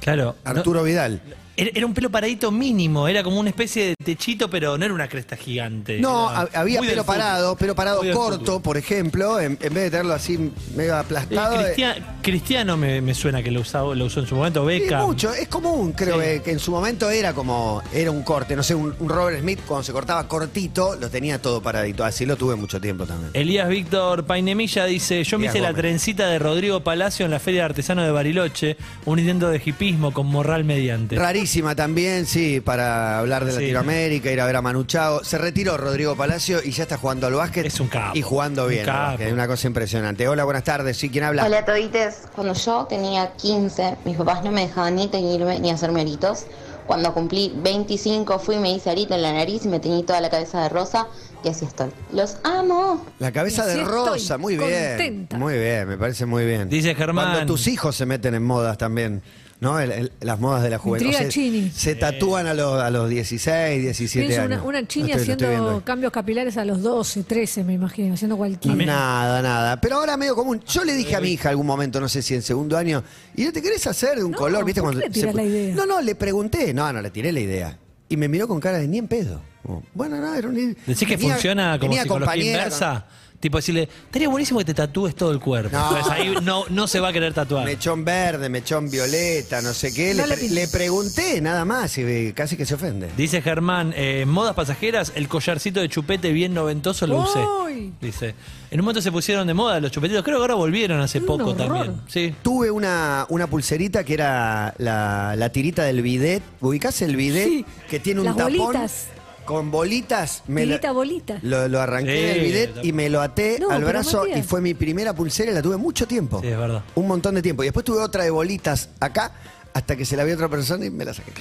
[SPEAKER 4] Claro. no-
[SPEAKER 3] Arturo Vidal.
[SPEAKER 4] era, era un pelo paradito mínimo, era como una especie de techito, pero no era una cresta gigante.
[SPEAKER 3] No,
[SPEAKER 4] Era
[SPEAKER 3] ha- había
[SPEAKER 4] eh, muy del
[SPEAKER 3] pelo
[SPEAKER 4] fútbol.
[SPEAKER 3] parado, pelo parado
[SPEAKER 4] Muy del
[SPEAKER 3] corto,
[SPEAKER 4] fútbol.
[SPEAKER 3] por ejemplo, en, en vez de tenerlo así medio
[SPEAKER 4] Eh,
[SPEAKER 3] aplastado. eh,
[SPEAKER 4] Cristia- Cristiano me, me suena que lo, usaba, lo usó en su momento,
[SPEAKER 3] Sí,
[SPEAKER 4] Beca.
[SPEAKER 3] mucho, es común, creo
[SPEAKER 4] Sí.
[SPEAKER 3] eh, que en su momento era como, era un corte, no sé, un, un Robert Smith cuando se cortaba cortito, lo tenía todo paradito, así lo tuve mucho tiempo también.
[SPEAKER 4] Elías Víctor Painemilla dice, yo me
[SPEAKER 3] Elías
[SPEAKER 4] hice la
[SPEAKER 3] Gómez.
[SPEAKER 4] trencita de Rodrigo Palacio en la Feria de Artesanos de Bariloche, un intento de hipismo con morral mediante.
[SPEAKER 3] Rarísima también, sí, para hablar de
[SPEAKER 4] Este. Sí.
[SPEAKER 3] Latinoamérica, ir a ver a Manu Chao. Se retiró Rodrigo Palacio y ya está jugando al básquet.
[SPEAKER 4] Es un capo.
[SPEAKER 3] Y jugando
[SPEAKER 4] Un
[SPEAKER 3] bien, al
[SPEAKER 4] capo.
[SPEAKER 3] básquet, es una cosa impresionante. Hola, buenas tardes, sí, ¿quién habla?
[SPEAKER 9] Hola todites, cuando yo tenía 15, mis papás no me dejaban ni teñirme ni hacerme aritos. Cuando cumplí 25 fui y me hice arito en la nariz y me teñí toda la cabeza de rosa y así estoy. ¡Los amo!
[SPEAKER 3] La cabeza
[SPEAKER 5] Y
[SPEAKER 3] de
[SPEAKER 5] así
[SPEAKER 3] Rosa,
[SPEAKER 5] estoy,
[SPEAKER 3] muy bien.
[SPEAKER 5] contenta.
[SPEAKER 3] Muy bien, me parece muy bien.
[SPEAKER 4] Dice Germán.
[SPEAKER 3] Cuando tus hijos se meten en modas también, ¿no? El- el- las modas de la juventud.
[SPEAKER 5] Intriga
[SPEAKER 3] se,
[SPEAKER 5] Chini.
[SPEAKER 3] se tatúan a los, a los 16, 17
[SPEAKER 5] Pienso
[SPEAKER 3] años.
[SPEAKER 5] una, una chiña
[SPEAKER 3] Lo estoy- lo estoy viendo
[SPEAKER 5] haciendo
[SPEAKER 3] ahí.
[SPEAKER 5] cambios capilares a los 12, 13, me imagino, haciendo cualquiera.
[SPEAKER 3] Nada, nada. Pero ahora medio
[SPEAKER 4] Ah,
[SPEAKER 3] común. Yo le dije a mi hija algún momento, no sé si en segundo año, ¿y no te querés hacer de un
[SPEAKER 5] No,
[SPEAKER 3] color? ¿Viste?
[SPEAKER 5] ¿por qué le tirás la idea?
[SPEAKER 3] No, no, le pregunté. No, no, le tiré la idea. Y me miró con cara de ni en pedo. Como, Bueno, no, era un...
[SPEAKER 4] ¿Decís que
[SPEAKER 3] venía-
[SPEAKER 4] funciona como
[SPEAKER 3] venía
[SPEAKER 4] psicología
[SPEAKER 3] compañera con-
[SPEAKER 4] inversa? Tipo decirle, estaría buenísimo que te tatúes todo el cuerpo.
[SPEAKER 3] No.
[SPEAKER 4] Entonces ahí no, no se va a querer tatuar.
[SPEAKER 3] Mechón verde, mechón violeta, no sé qué. le,
[SPEAKER 5] No le
[SPEAKER 3] pre-
[SPEAKER 5] pintes.
[SPEAKER 3] le pregunté nada más y eh, casi que se ofende.
[SPEAKER 4] Dice Germán, eh, modas pasajeras, el collarcito de chupete bien noventoso lo usé.
[SPEAKER 5] ¡Uy!
[SPEAKER 4] Dice, en un momento se pusieron de moda los chupetitos, creo que ahora volvieron hace
[SPEAKER 5] Un
[SPEAKER 4] poco
[SPEAKER 5] horror.
[SPEAKER 4] también. Sí.
[SPEAKER 3] Tuve una, una pulserita que era la, la tirita del bidet. ¿Ubicás el bidet?
[SPEAKER 5] Sí.
[SPEAKER 3] Que tiene un
[SPEAKER 5] Las
[SPEAKER 3] tapón.
[SPEAKER 5] bolitas.
[SPEAKER 3] Con bolitas. Me la-
[SPEAKER 5] Tirita, bolita.
[SPEAKER 3] Lo, lo arranqué
[SPEAKER 4] Sí,
[SPEAKER 3] del bidet
[SPEAKER 4] tapón.
[SPEAKER 3] y me lo até
[SPEAKER 5] No,
[SPEAKER 3] al
[SPEAKER 5] pero
[SPEAKER 3] brazo
[SPEAKER 5] Matías.
[SPEAKER 3] y fue mi primera pulsera y la tuve mucho tiempo.
[SPEAKER 4] Sí, es verdad.
[SPEAKER 3] Un montón de tiempo. Y después tuve otra de bolitas acá hasta que se la vi a otra persona y me la
[SPEAKER 5] <laughs>
[SPEAKER 3] saqué.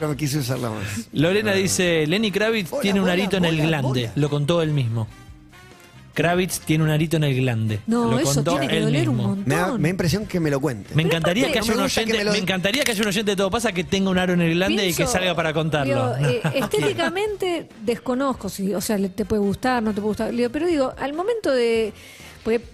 [SPEAKER 3] no me quise usarla más.
[SPEAKER 4] Lorena dice, Lenny Kravitz
[SPEAKER 3] Bola,
[SPEAKER 4] tiene un
[SPEAKER 3] bola,
[SPEAKER 4] arito en el
[SPEAKER 3] bola,
[SPEAKER 4] glande.
[SPEAKER 3] bola.
[SPEAKER 4] Lo contó él mismo. Kravitz tiene un arito en el glande.
[SPEAKER 5] No,
[SPEAKER 4] lo
[SPEAKER 5] eso
[SPEAKER 4] contó
[SPEAKER 5] tiene que
[SPEAKER 4] él
[SPEAKER 5] doler un
[SPEAKER 4] mismo.
[SPEAKER 5] montón.
[SPEAKER 3] Me da, me da impresión que me lo cuente.
[SPEAKER 4] Me encantaría
[SPEAKER 5] aparte-
[SPEAKER 4] que haya
[SPEAKER 3] No me
[SPEAKER 4] un
[SPEAKER 3] gusta que
[SPEAKER 4] oyente,
[SPEAKER 3] me
[SPEAKER 4] me,
[SPEAKER 3] lo-
[SPEAKER 4] encantaría que haya un oyente de todo pasa que tenga un aro en el glande y que
[SPEAKER 5] Pienso,
[SPEAKER 4] salga para contarlo. <laughs>
[SPEAKER 5] digo, eh, estéticamente desconozco, si, o sea, le- te puede gustar, no te puede gustar. Digo, pero digo, al momento de. porque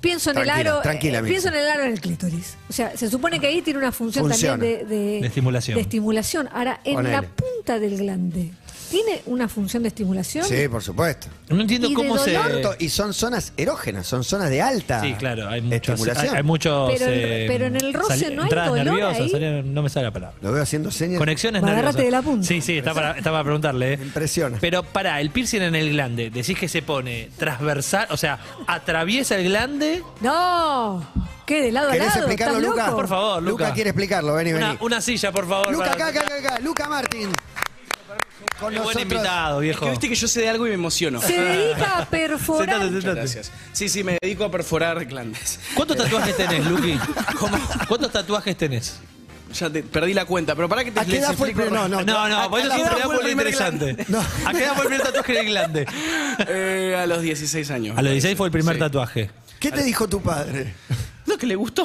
[SPEAKER 5] pienso en el
[SPEAKER 3] Tranquila,
[SPEAKER 5] aro.
[SPEAKER 3] tranquila,
[SPEAKER 5] eh,
[SPEAKER 3] amiga.
[SPEAKER 5] pienso en el aro en el clítoris. O sea, se supone que ahí tiene una función
[SPEAKER 3] Funciona.
[SPEAKER 5] también de,
[SPEAKER 4] De estimulación.
[SPEAKER 5] de estimulación. Ahora, en
[SPEAKER 3] Ponele.
[SPEAKER 5] la punta del glande, ¿tiene una función de estimulación?
[SPEAKER 3] Sí, por supuesto.
[SPEAKER 4] no entiendo
[SPEAKER 5] y de
[SPEAKER 4] cómo se...
[SPEAKER 3] Tanto- y son zonas erógenas, son zonas de alta
[SPEAKER 4] Sí, claro, hay muchos, hay,
[SPEAKER 3] estimulación.
[SPEAKER 4] hay muchos
[SPEAKER 5] Ah, Pero en-
[SPEAKER 4] eh,
[SPEAKER 5] pero en el roce
[SPEAKER 4] sali-
[SPEAKER 5] no hay
[SPEAKER 4] entradas
[SPEAKER 5] dolor
[SPEAKER 4] nerviosas,
[SPEAKER 5] ahí.
[SPEAKER 4] sali- no me sale la palabra.
[SPEAKER 3] Lo veo haciendo señas.
[SPEAKER 4] Conexiones
[SPEAKER 5] Bueno,
[SPEAKER 4] nerviosas.
[SPEAKER 5] agárrate de la punta.
[SPEAKER 4] Sí, sí, está para, está para preguntarle. eh.
[SPEAKER 3] Impresiona.
[SPEAKER 4] Pero para el piercing en el glande, decís que se pone transversal, o sea, atraviesa el glande.
[SPEAKER 5] ¡No! ¿Qué? ¿De lado a
[SPEAKER 3] ¿Querés
[SPEAKER 5] lado?
[SPEAKER 3] explicarlo,
[SPEAKER 5] ¿Estás
[SPEAKER 3] Luca?
[SPEAKER 5] loco?
[SPEAKER 4] Por favor, Luca.
[SPEAKER 3] quiere explicarlo, vení, vení.
[SPEAKER 4] Una, una silla, por favor.
[SPEAKER 3] Luca,
[SPEAKER 4] para-
[SPEAKER 3] acá, acá, acá, acá. Luca Martín. Con
[SPEAKER 4] Qué buen
[SPEAKER 3] nosotros.
[SPEAKER 4] invitado,
[SPEAKER 10] Es
[SPEAKER 4] viejo.
[SPEAKER 10] que viste que yo sé de algo y me emociono.
[SPEAKER 5] Se dedica a
[SPEAKER 4] Sentate, <laughs>
[SPEAKER 5] perforar.
[SPEAKER 4] sentate.
[SPEAKER 10] Gracias. Sí, sí, me dedico a perforar glandes.
[SPEAKER 4] ¿Cuántos tatuajes tenés, Luqui? ¿Cuántos tatuajes tenés?
[SPEAKER 10] Ya te- perdí la cuenta, pero para que te
[SPEAKER 3] ¿A qué
[SPEAKER 10] les
[SPEAKER 3] edad fue el
[SPEAKER 10] explico
[SPEAKER 3] primer-
[SPEAKER 10] rápido.
[SPEAKER 3] No,
[SPEAKER 4] No, no,
[SPEAKER 10] acá
[SPEAKER 4] vos
[SPEAKER 10] la-
[SPEAKER 4] sos un
[SPEAKER 10] acá
[SPEAKER 4] preámbulo
[SPEAKER 10] fue el primer
[SPEAKER 4] interesante.
[SPEAKER 10] glande.
[SPEAKER 4] ¿A qué edad fue el primer tatuaje en el glande?
[SPEAKER 10] Eh, a los 16 años.
[SPEAKER 4] A los 16 fue el primer
[SPEAKER 10] Sí.
[SPEAKER 4] tatuaje.
[SPEAKER 3] ¿Qué te dijo tu
[SPEAKER 10] <laughs>
[SPEAKER 3] padre?
[SPEAKER 10] No, que
[SPEAKER 4] <laughs>
[SPEAKER 10] le gustó.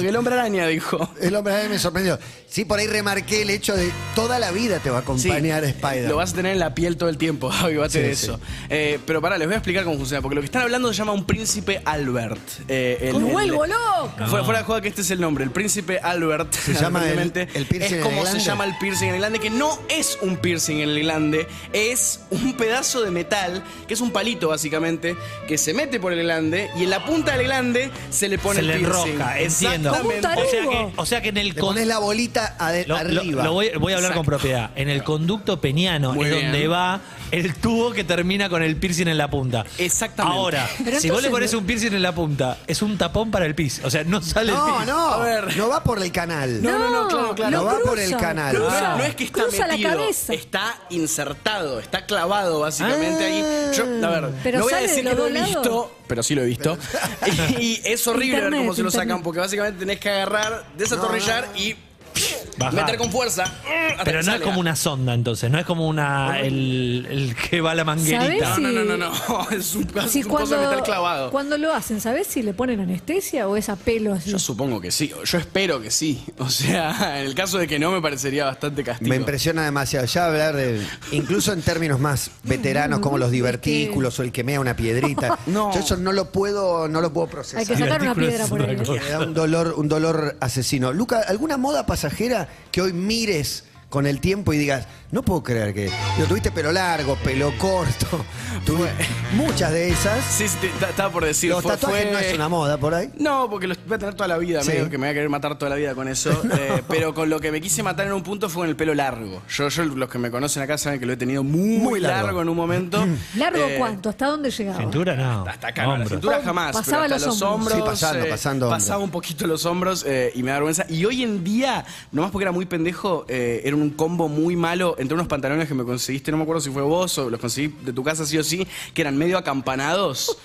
[SPEAKER 10] que el hombre araña dijo.
[SPEAKER 3] El hombre a mí me sorprendió. Sí, por ahí remarqué el hecho de toda la vida te va a
[SPEAKER 10] Sí.
[SPEAKER 3] acompañar Spider.
[SPEAKER 10] Lo vas a tener en la piel todo el tiempo, Javi, bate
[SPEAKER 3] Sí,
[SPEAKER 10] de
[SPEAKER 3] sí.
[SPEAKER 10] eso. Eh, pero pará, les voy a explicar cómo funciona, porque lo que están hablando se llama un príncipe Albert. Eh, el-
[SPEAKER 5] ¡Me
[SPEAKER 10] el-
[SPEAKER 5] vuelvo loco!
[SPEAKER 10] Fuera, fuera de juego que este es el nombre, el príncipe Albert.
[SPEAKER 3] Se llama el-
[SPEAKER 10] aparentemente,
[SPEAKER 3] el piercing en
[SPEAKER 10] Es
[SPEAKER 3] el
[SPEAKER 10] como se
[SPEAKER 3] glande.
[SPEAKER 10] llama el piercing en el glande, que no es un piercing en el glande, es un pedazo de metal, que es un palito básicamente, que se mete por el glande y en la punta del glande se le pone
[SPEAKER 4] Se
[SPEAKER 10] el
[SPEAKER 4] le
[SPEAKER 10] piercing.
[SPEAKER 4] roja, entiendo.
[SPEAKER 5] Como un
[SPEAKER 4] O sea que,
[SPEAKER 5] tarugo.
[SPEAKER 4] o sea que en el
[SPEAKER 3] Le
[SPEAKER 4] con-
[SPEAKER 3] pones la bolita ade-
[SPEAKER 4] lo, lo-
[SPEAKER 3] arriba.
[SPEAKER 4] lo voy, voy a hablar con propiedad. En el conducto peñano
[SPEAKER 10] Muy
[SPEAKER 4] es
[SPEAKER 10] bien.
[SPEAKER 4] donde va el tubo que termina con el piercing en la punta.
[SPEAKER 10] Exactamente.
[SPEAKER 4] Ahora,
[SPEAKER 5] Pero
[SPEAKER 4] si vos le
[SPEAKER 5] entonces
[SPEAKER 4] pones
[SPEAKER 5] no-
[SPEAKER 4] un piercing en la punta, es un tapón para el pis. O sea, no sale el
[SPEAKER 3] No,
[SPEAKER 4] pis.
[SPEAKER 3] no.
[SPEAKER 10] A ver.
[SPEAKER 3] No va por el canal.
[SPEAKER 10] No, no, no, claro, claro.
[SPEAKER 5] lo
[SPEAKER 3] No va por
[SPEAKER 5] cruza,
[SPEAKER 3] el canal.
[SPEAKER 5] cruza,
[SPEAKER 10] No, no es que está
[SPEAKER 5] cruza
[SPEAKER 10] metido,
[SPEAKER 5] la cabeza.
[SPEAKER 10] está insertado, está clavado básicamente
[SPEAKER 3] Ah.
[SPEAKER 10] ahí. Yo, a ver,
[SPEAKER 5] Pero
[SPEAKER 10] no voy a
[SPEAKER 5] sale de
[SPEAKER 10] decir
[SPEAKER 5] los
[SPEAKER 10] que lo he
[SPEAKER 5] dos lados.
[SPEAKER 10] visto, pero sí lo he visto. y, <laughs> y es horrible ver cómo
[SPEAKER 5] Internet,
[SPEAKER 10] se lo sacan,
[SPEAKER 5] internet.
[SPEAKER 10] porque básicamente tenés que agarrar, desatornillar y
[SPEAKER 4] Bajar.
[SPEAKER 10] meter con fuerza.
[SPEAKER 4] Pero
[SPEAKER 10] hasta que
[SPEAKER 4] no es
[SPEAKER 10] salga.
[SPEAKER 4] como una sonda, entonces. No es como una el, el que va a la manguerita.
[SPEAKER 5] ¿Sabes?
[SPEAKER 10] No, no, no,
[SPEAKER 5] Sí.
[SPEAKER 10] no, no. <laughs> Es un, es
[SPEAKER 5] Si
[SPEAKER 10] un coso de meter clavado.
[SPEAKER 5] cuando lo hacen, ¿sabés si le ponen anestesia o es a pelo así?
[SPEAKER 10] Yo supongo que sí, yo espero que sí. O sea, <laughs> en el caso de que no, me parecería bastante castigo.
[SPEAKER 3] Me impresiona demasiado. Ya hablar, de- incluso en términos más veteranos,
[SPEAKER 5] Mm,
[SPEAKER 3] como los divertículos o el que mea una
[SPEAKER 5] <laughs>
[SPEAKER 3] piedrita.
[SPEAKER 10] No.
[SPEAKER 3] Yo eso no lo puedo, no lo puedo
[SPEAKER 5] Hay que
[SPEAKER 3] procesar.
[SPEAKER 5] sacar una
[SPEAKER 4] Divertículo
[SPEAKER 5] piedra
[SPEAKER 4] es
[SPEAKER 5] por
[SPEAKER 4] otra
[SPEAKER 5] ahí.
[SPEAKER 4] cosa.
[SPEAKER 3] Me da un dolor, un dolor asesino. Luca, ¿alguna moda pasajera que hoy mires con el tiempo y digas, no puedo creer que. Lo tuviste pelo largo, pelo
[SPEAKER 4] <laughs>
[SPEAKER 3] corto. Tuve muchas de esas.
[SPEAKER 10] Sí, sí, te- ta- estaba por decir.
[SPEAKER 3] Los
[SPEAKER 10] fue-
[SPEAKER 3] tatuajes
[SPEAKER 10] fue-
[SPEAKER 3] no es una moda por ahí.
[SPEAKER 10] No, porque los voy a tener toda la vida,
[SPEAKER 3] Sí.
[SPEAKER 10] medio que me voy a querer matar toda la vida
[SPEAKER 3] <laughs>
[SPEAKER 10] con eso. Eh, pero con lo que me quise matar en un punto fue con el pelo largo. Yo, yo los que me conocen acá saben que lo he tenido muy,
[SPEAKER 3] Muy largo.
[SPEAKER 10] largo. en
[SPEAKER 3] <clears throat>
[SPEAKER 10] un momento.
[SPEAKER 5] ¿Largo
[SPEAKER 10] Eh,
[SPEAKER 5] cuánto? ¿Hasta dónde llegaba?
[SPEAKER 4] Cintura no.
[SPEAKER 10] Hasta acá, no, la
[SPEAKER 4] Hombros.
[SPEAKER 10] cintura jamás. pero
[SPEAKER 5] Pasaba
[SPEAKER 10] hasta
[SPEAKER 5] los
[SPEAKER 10] los
[SPEAKER 5] hombros.
[SPEAKER 10] hombros. eh,
[SPEAKER 3] Sí, pasando, pasando hombros.
[SPEAKER 10] Pasaba un poquito los hombros eh, y me da vergüenza. Y hoy en día, nomás porque era muy pendejo, eh, era un combo muy malo entre unos pantalones que me conseguiste, no me acuerdo si fue vos o los conseguí de tu casa sí o sí, que eran medio acampanados.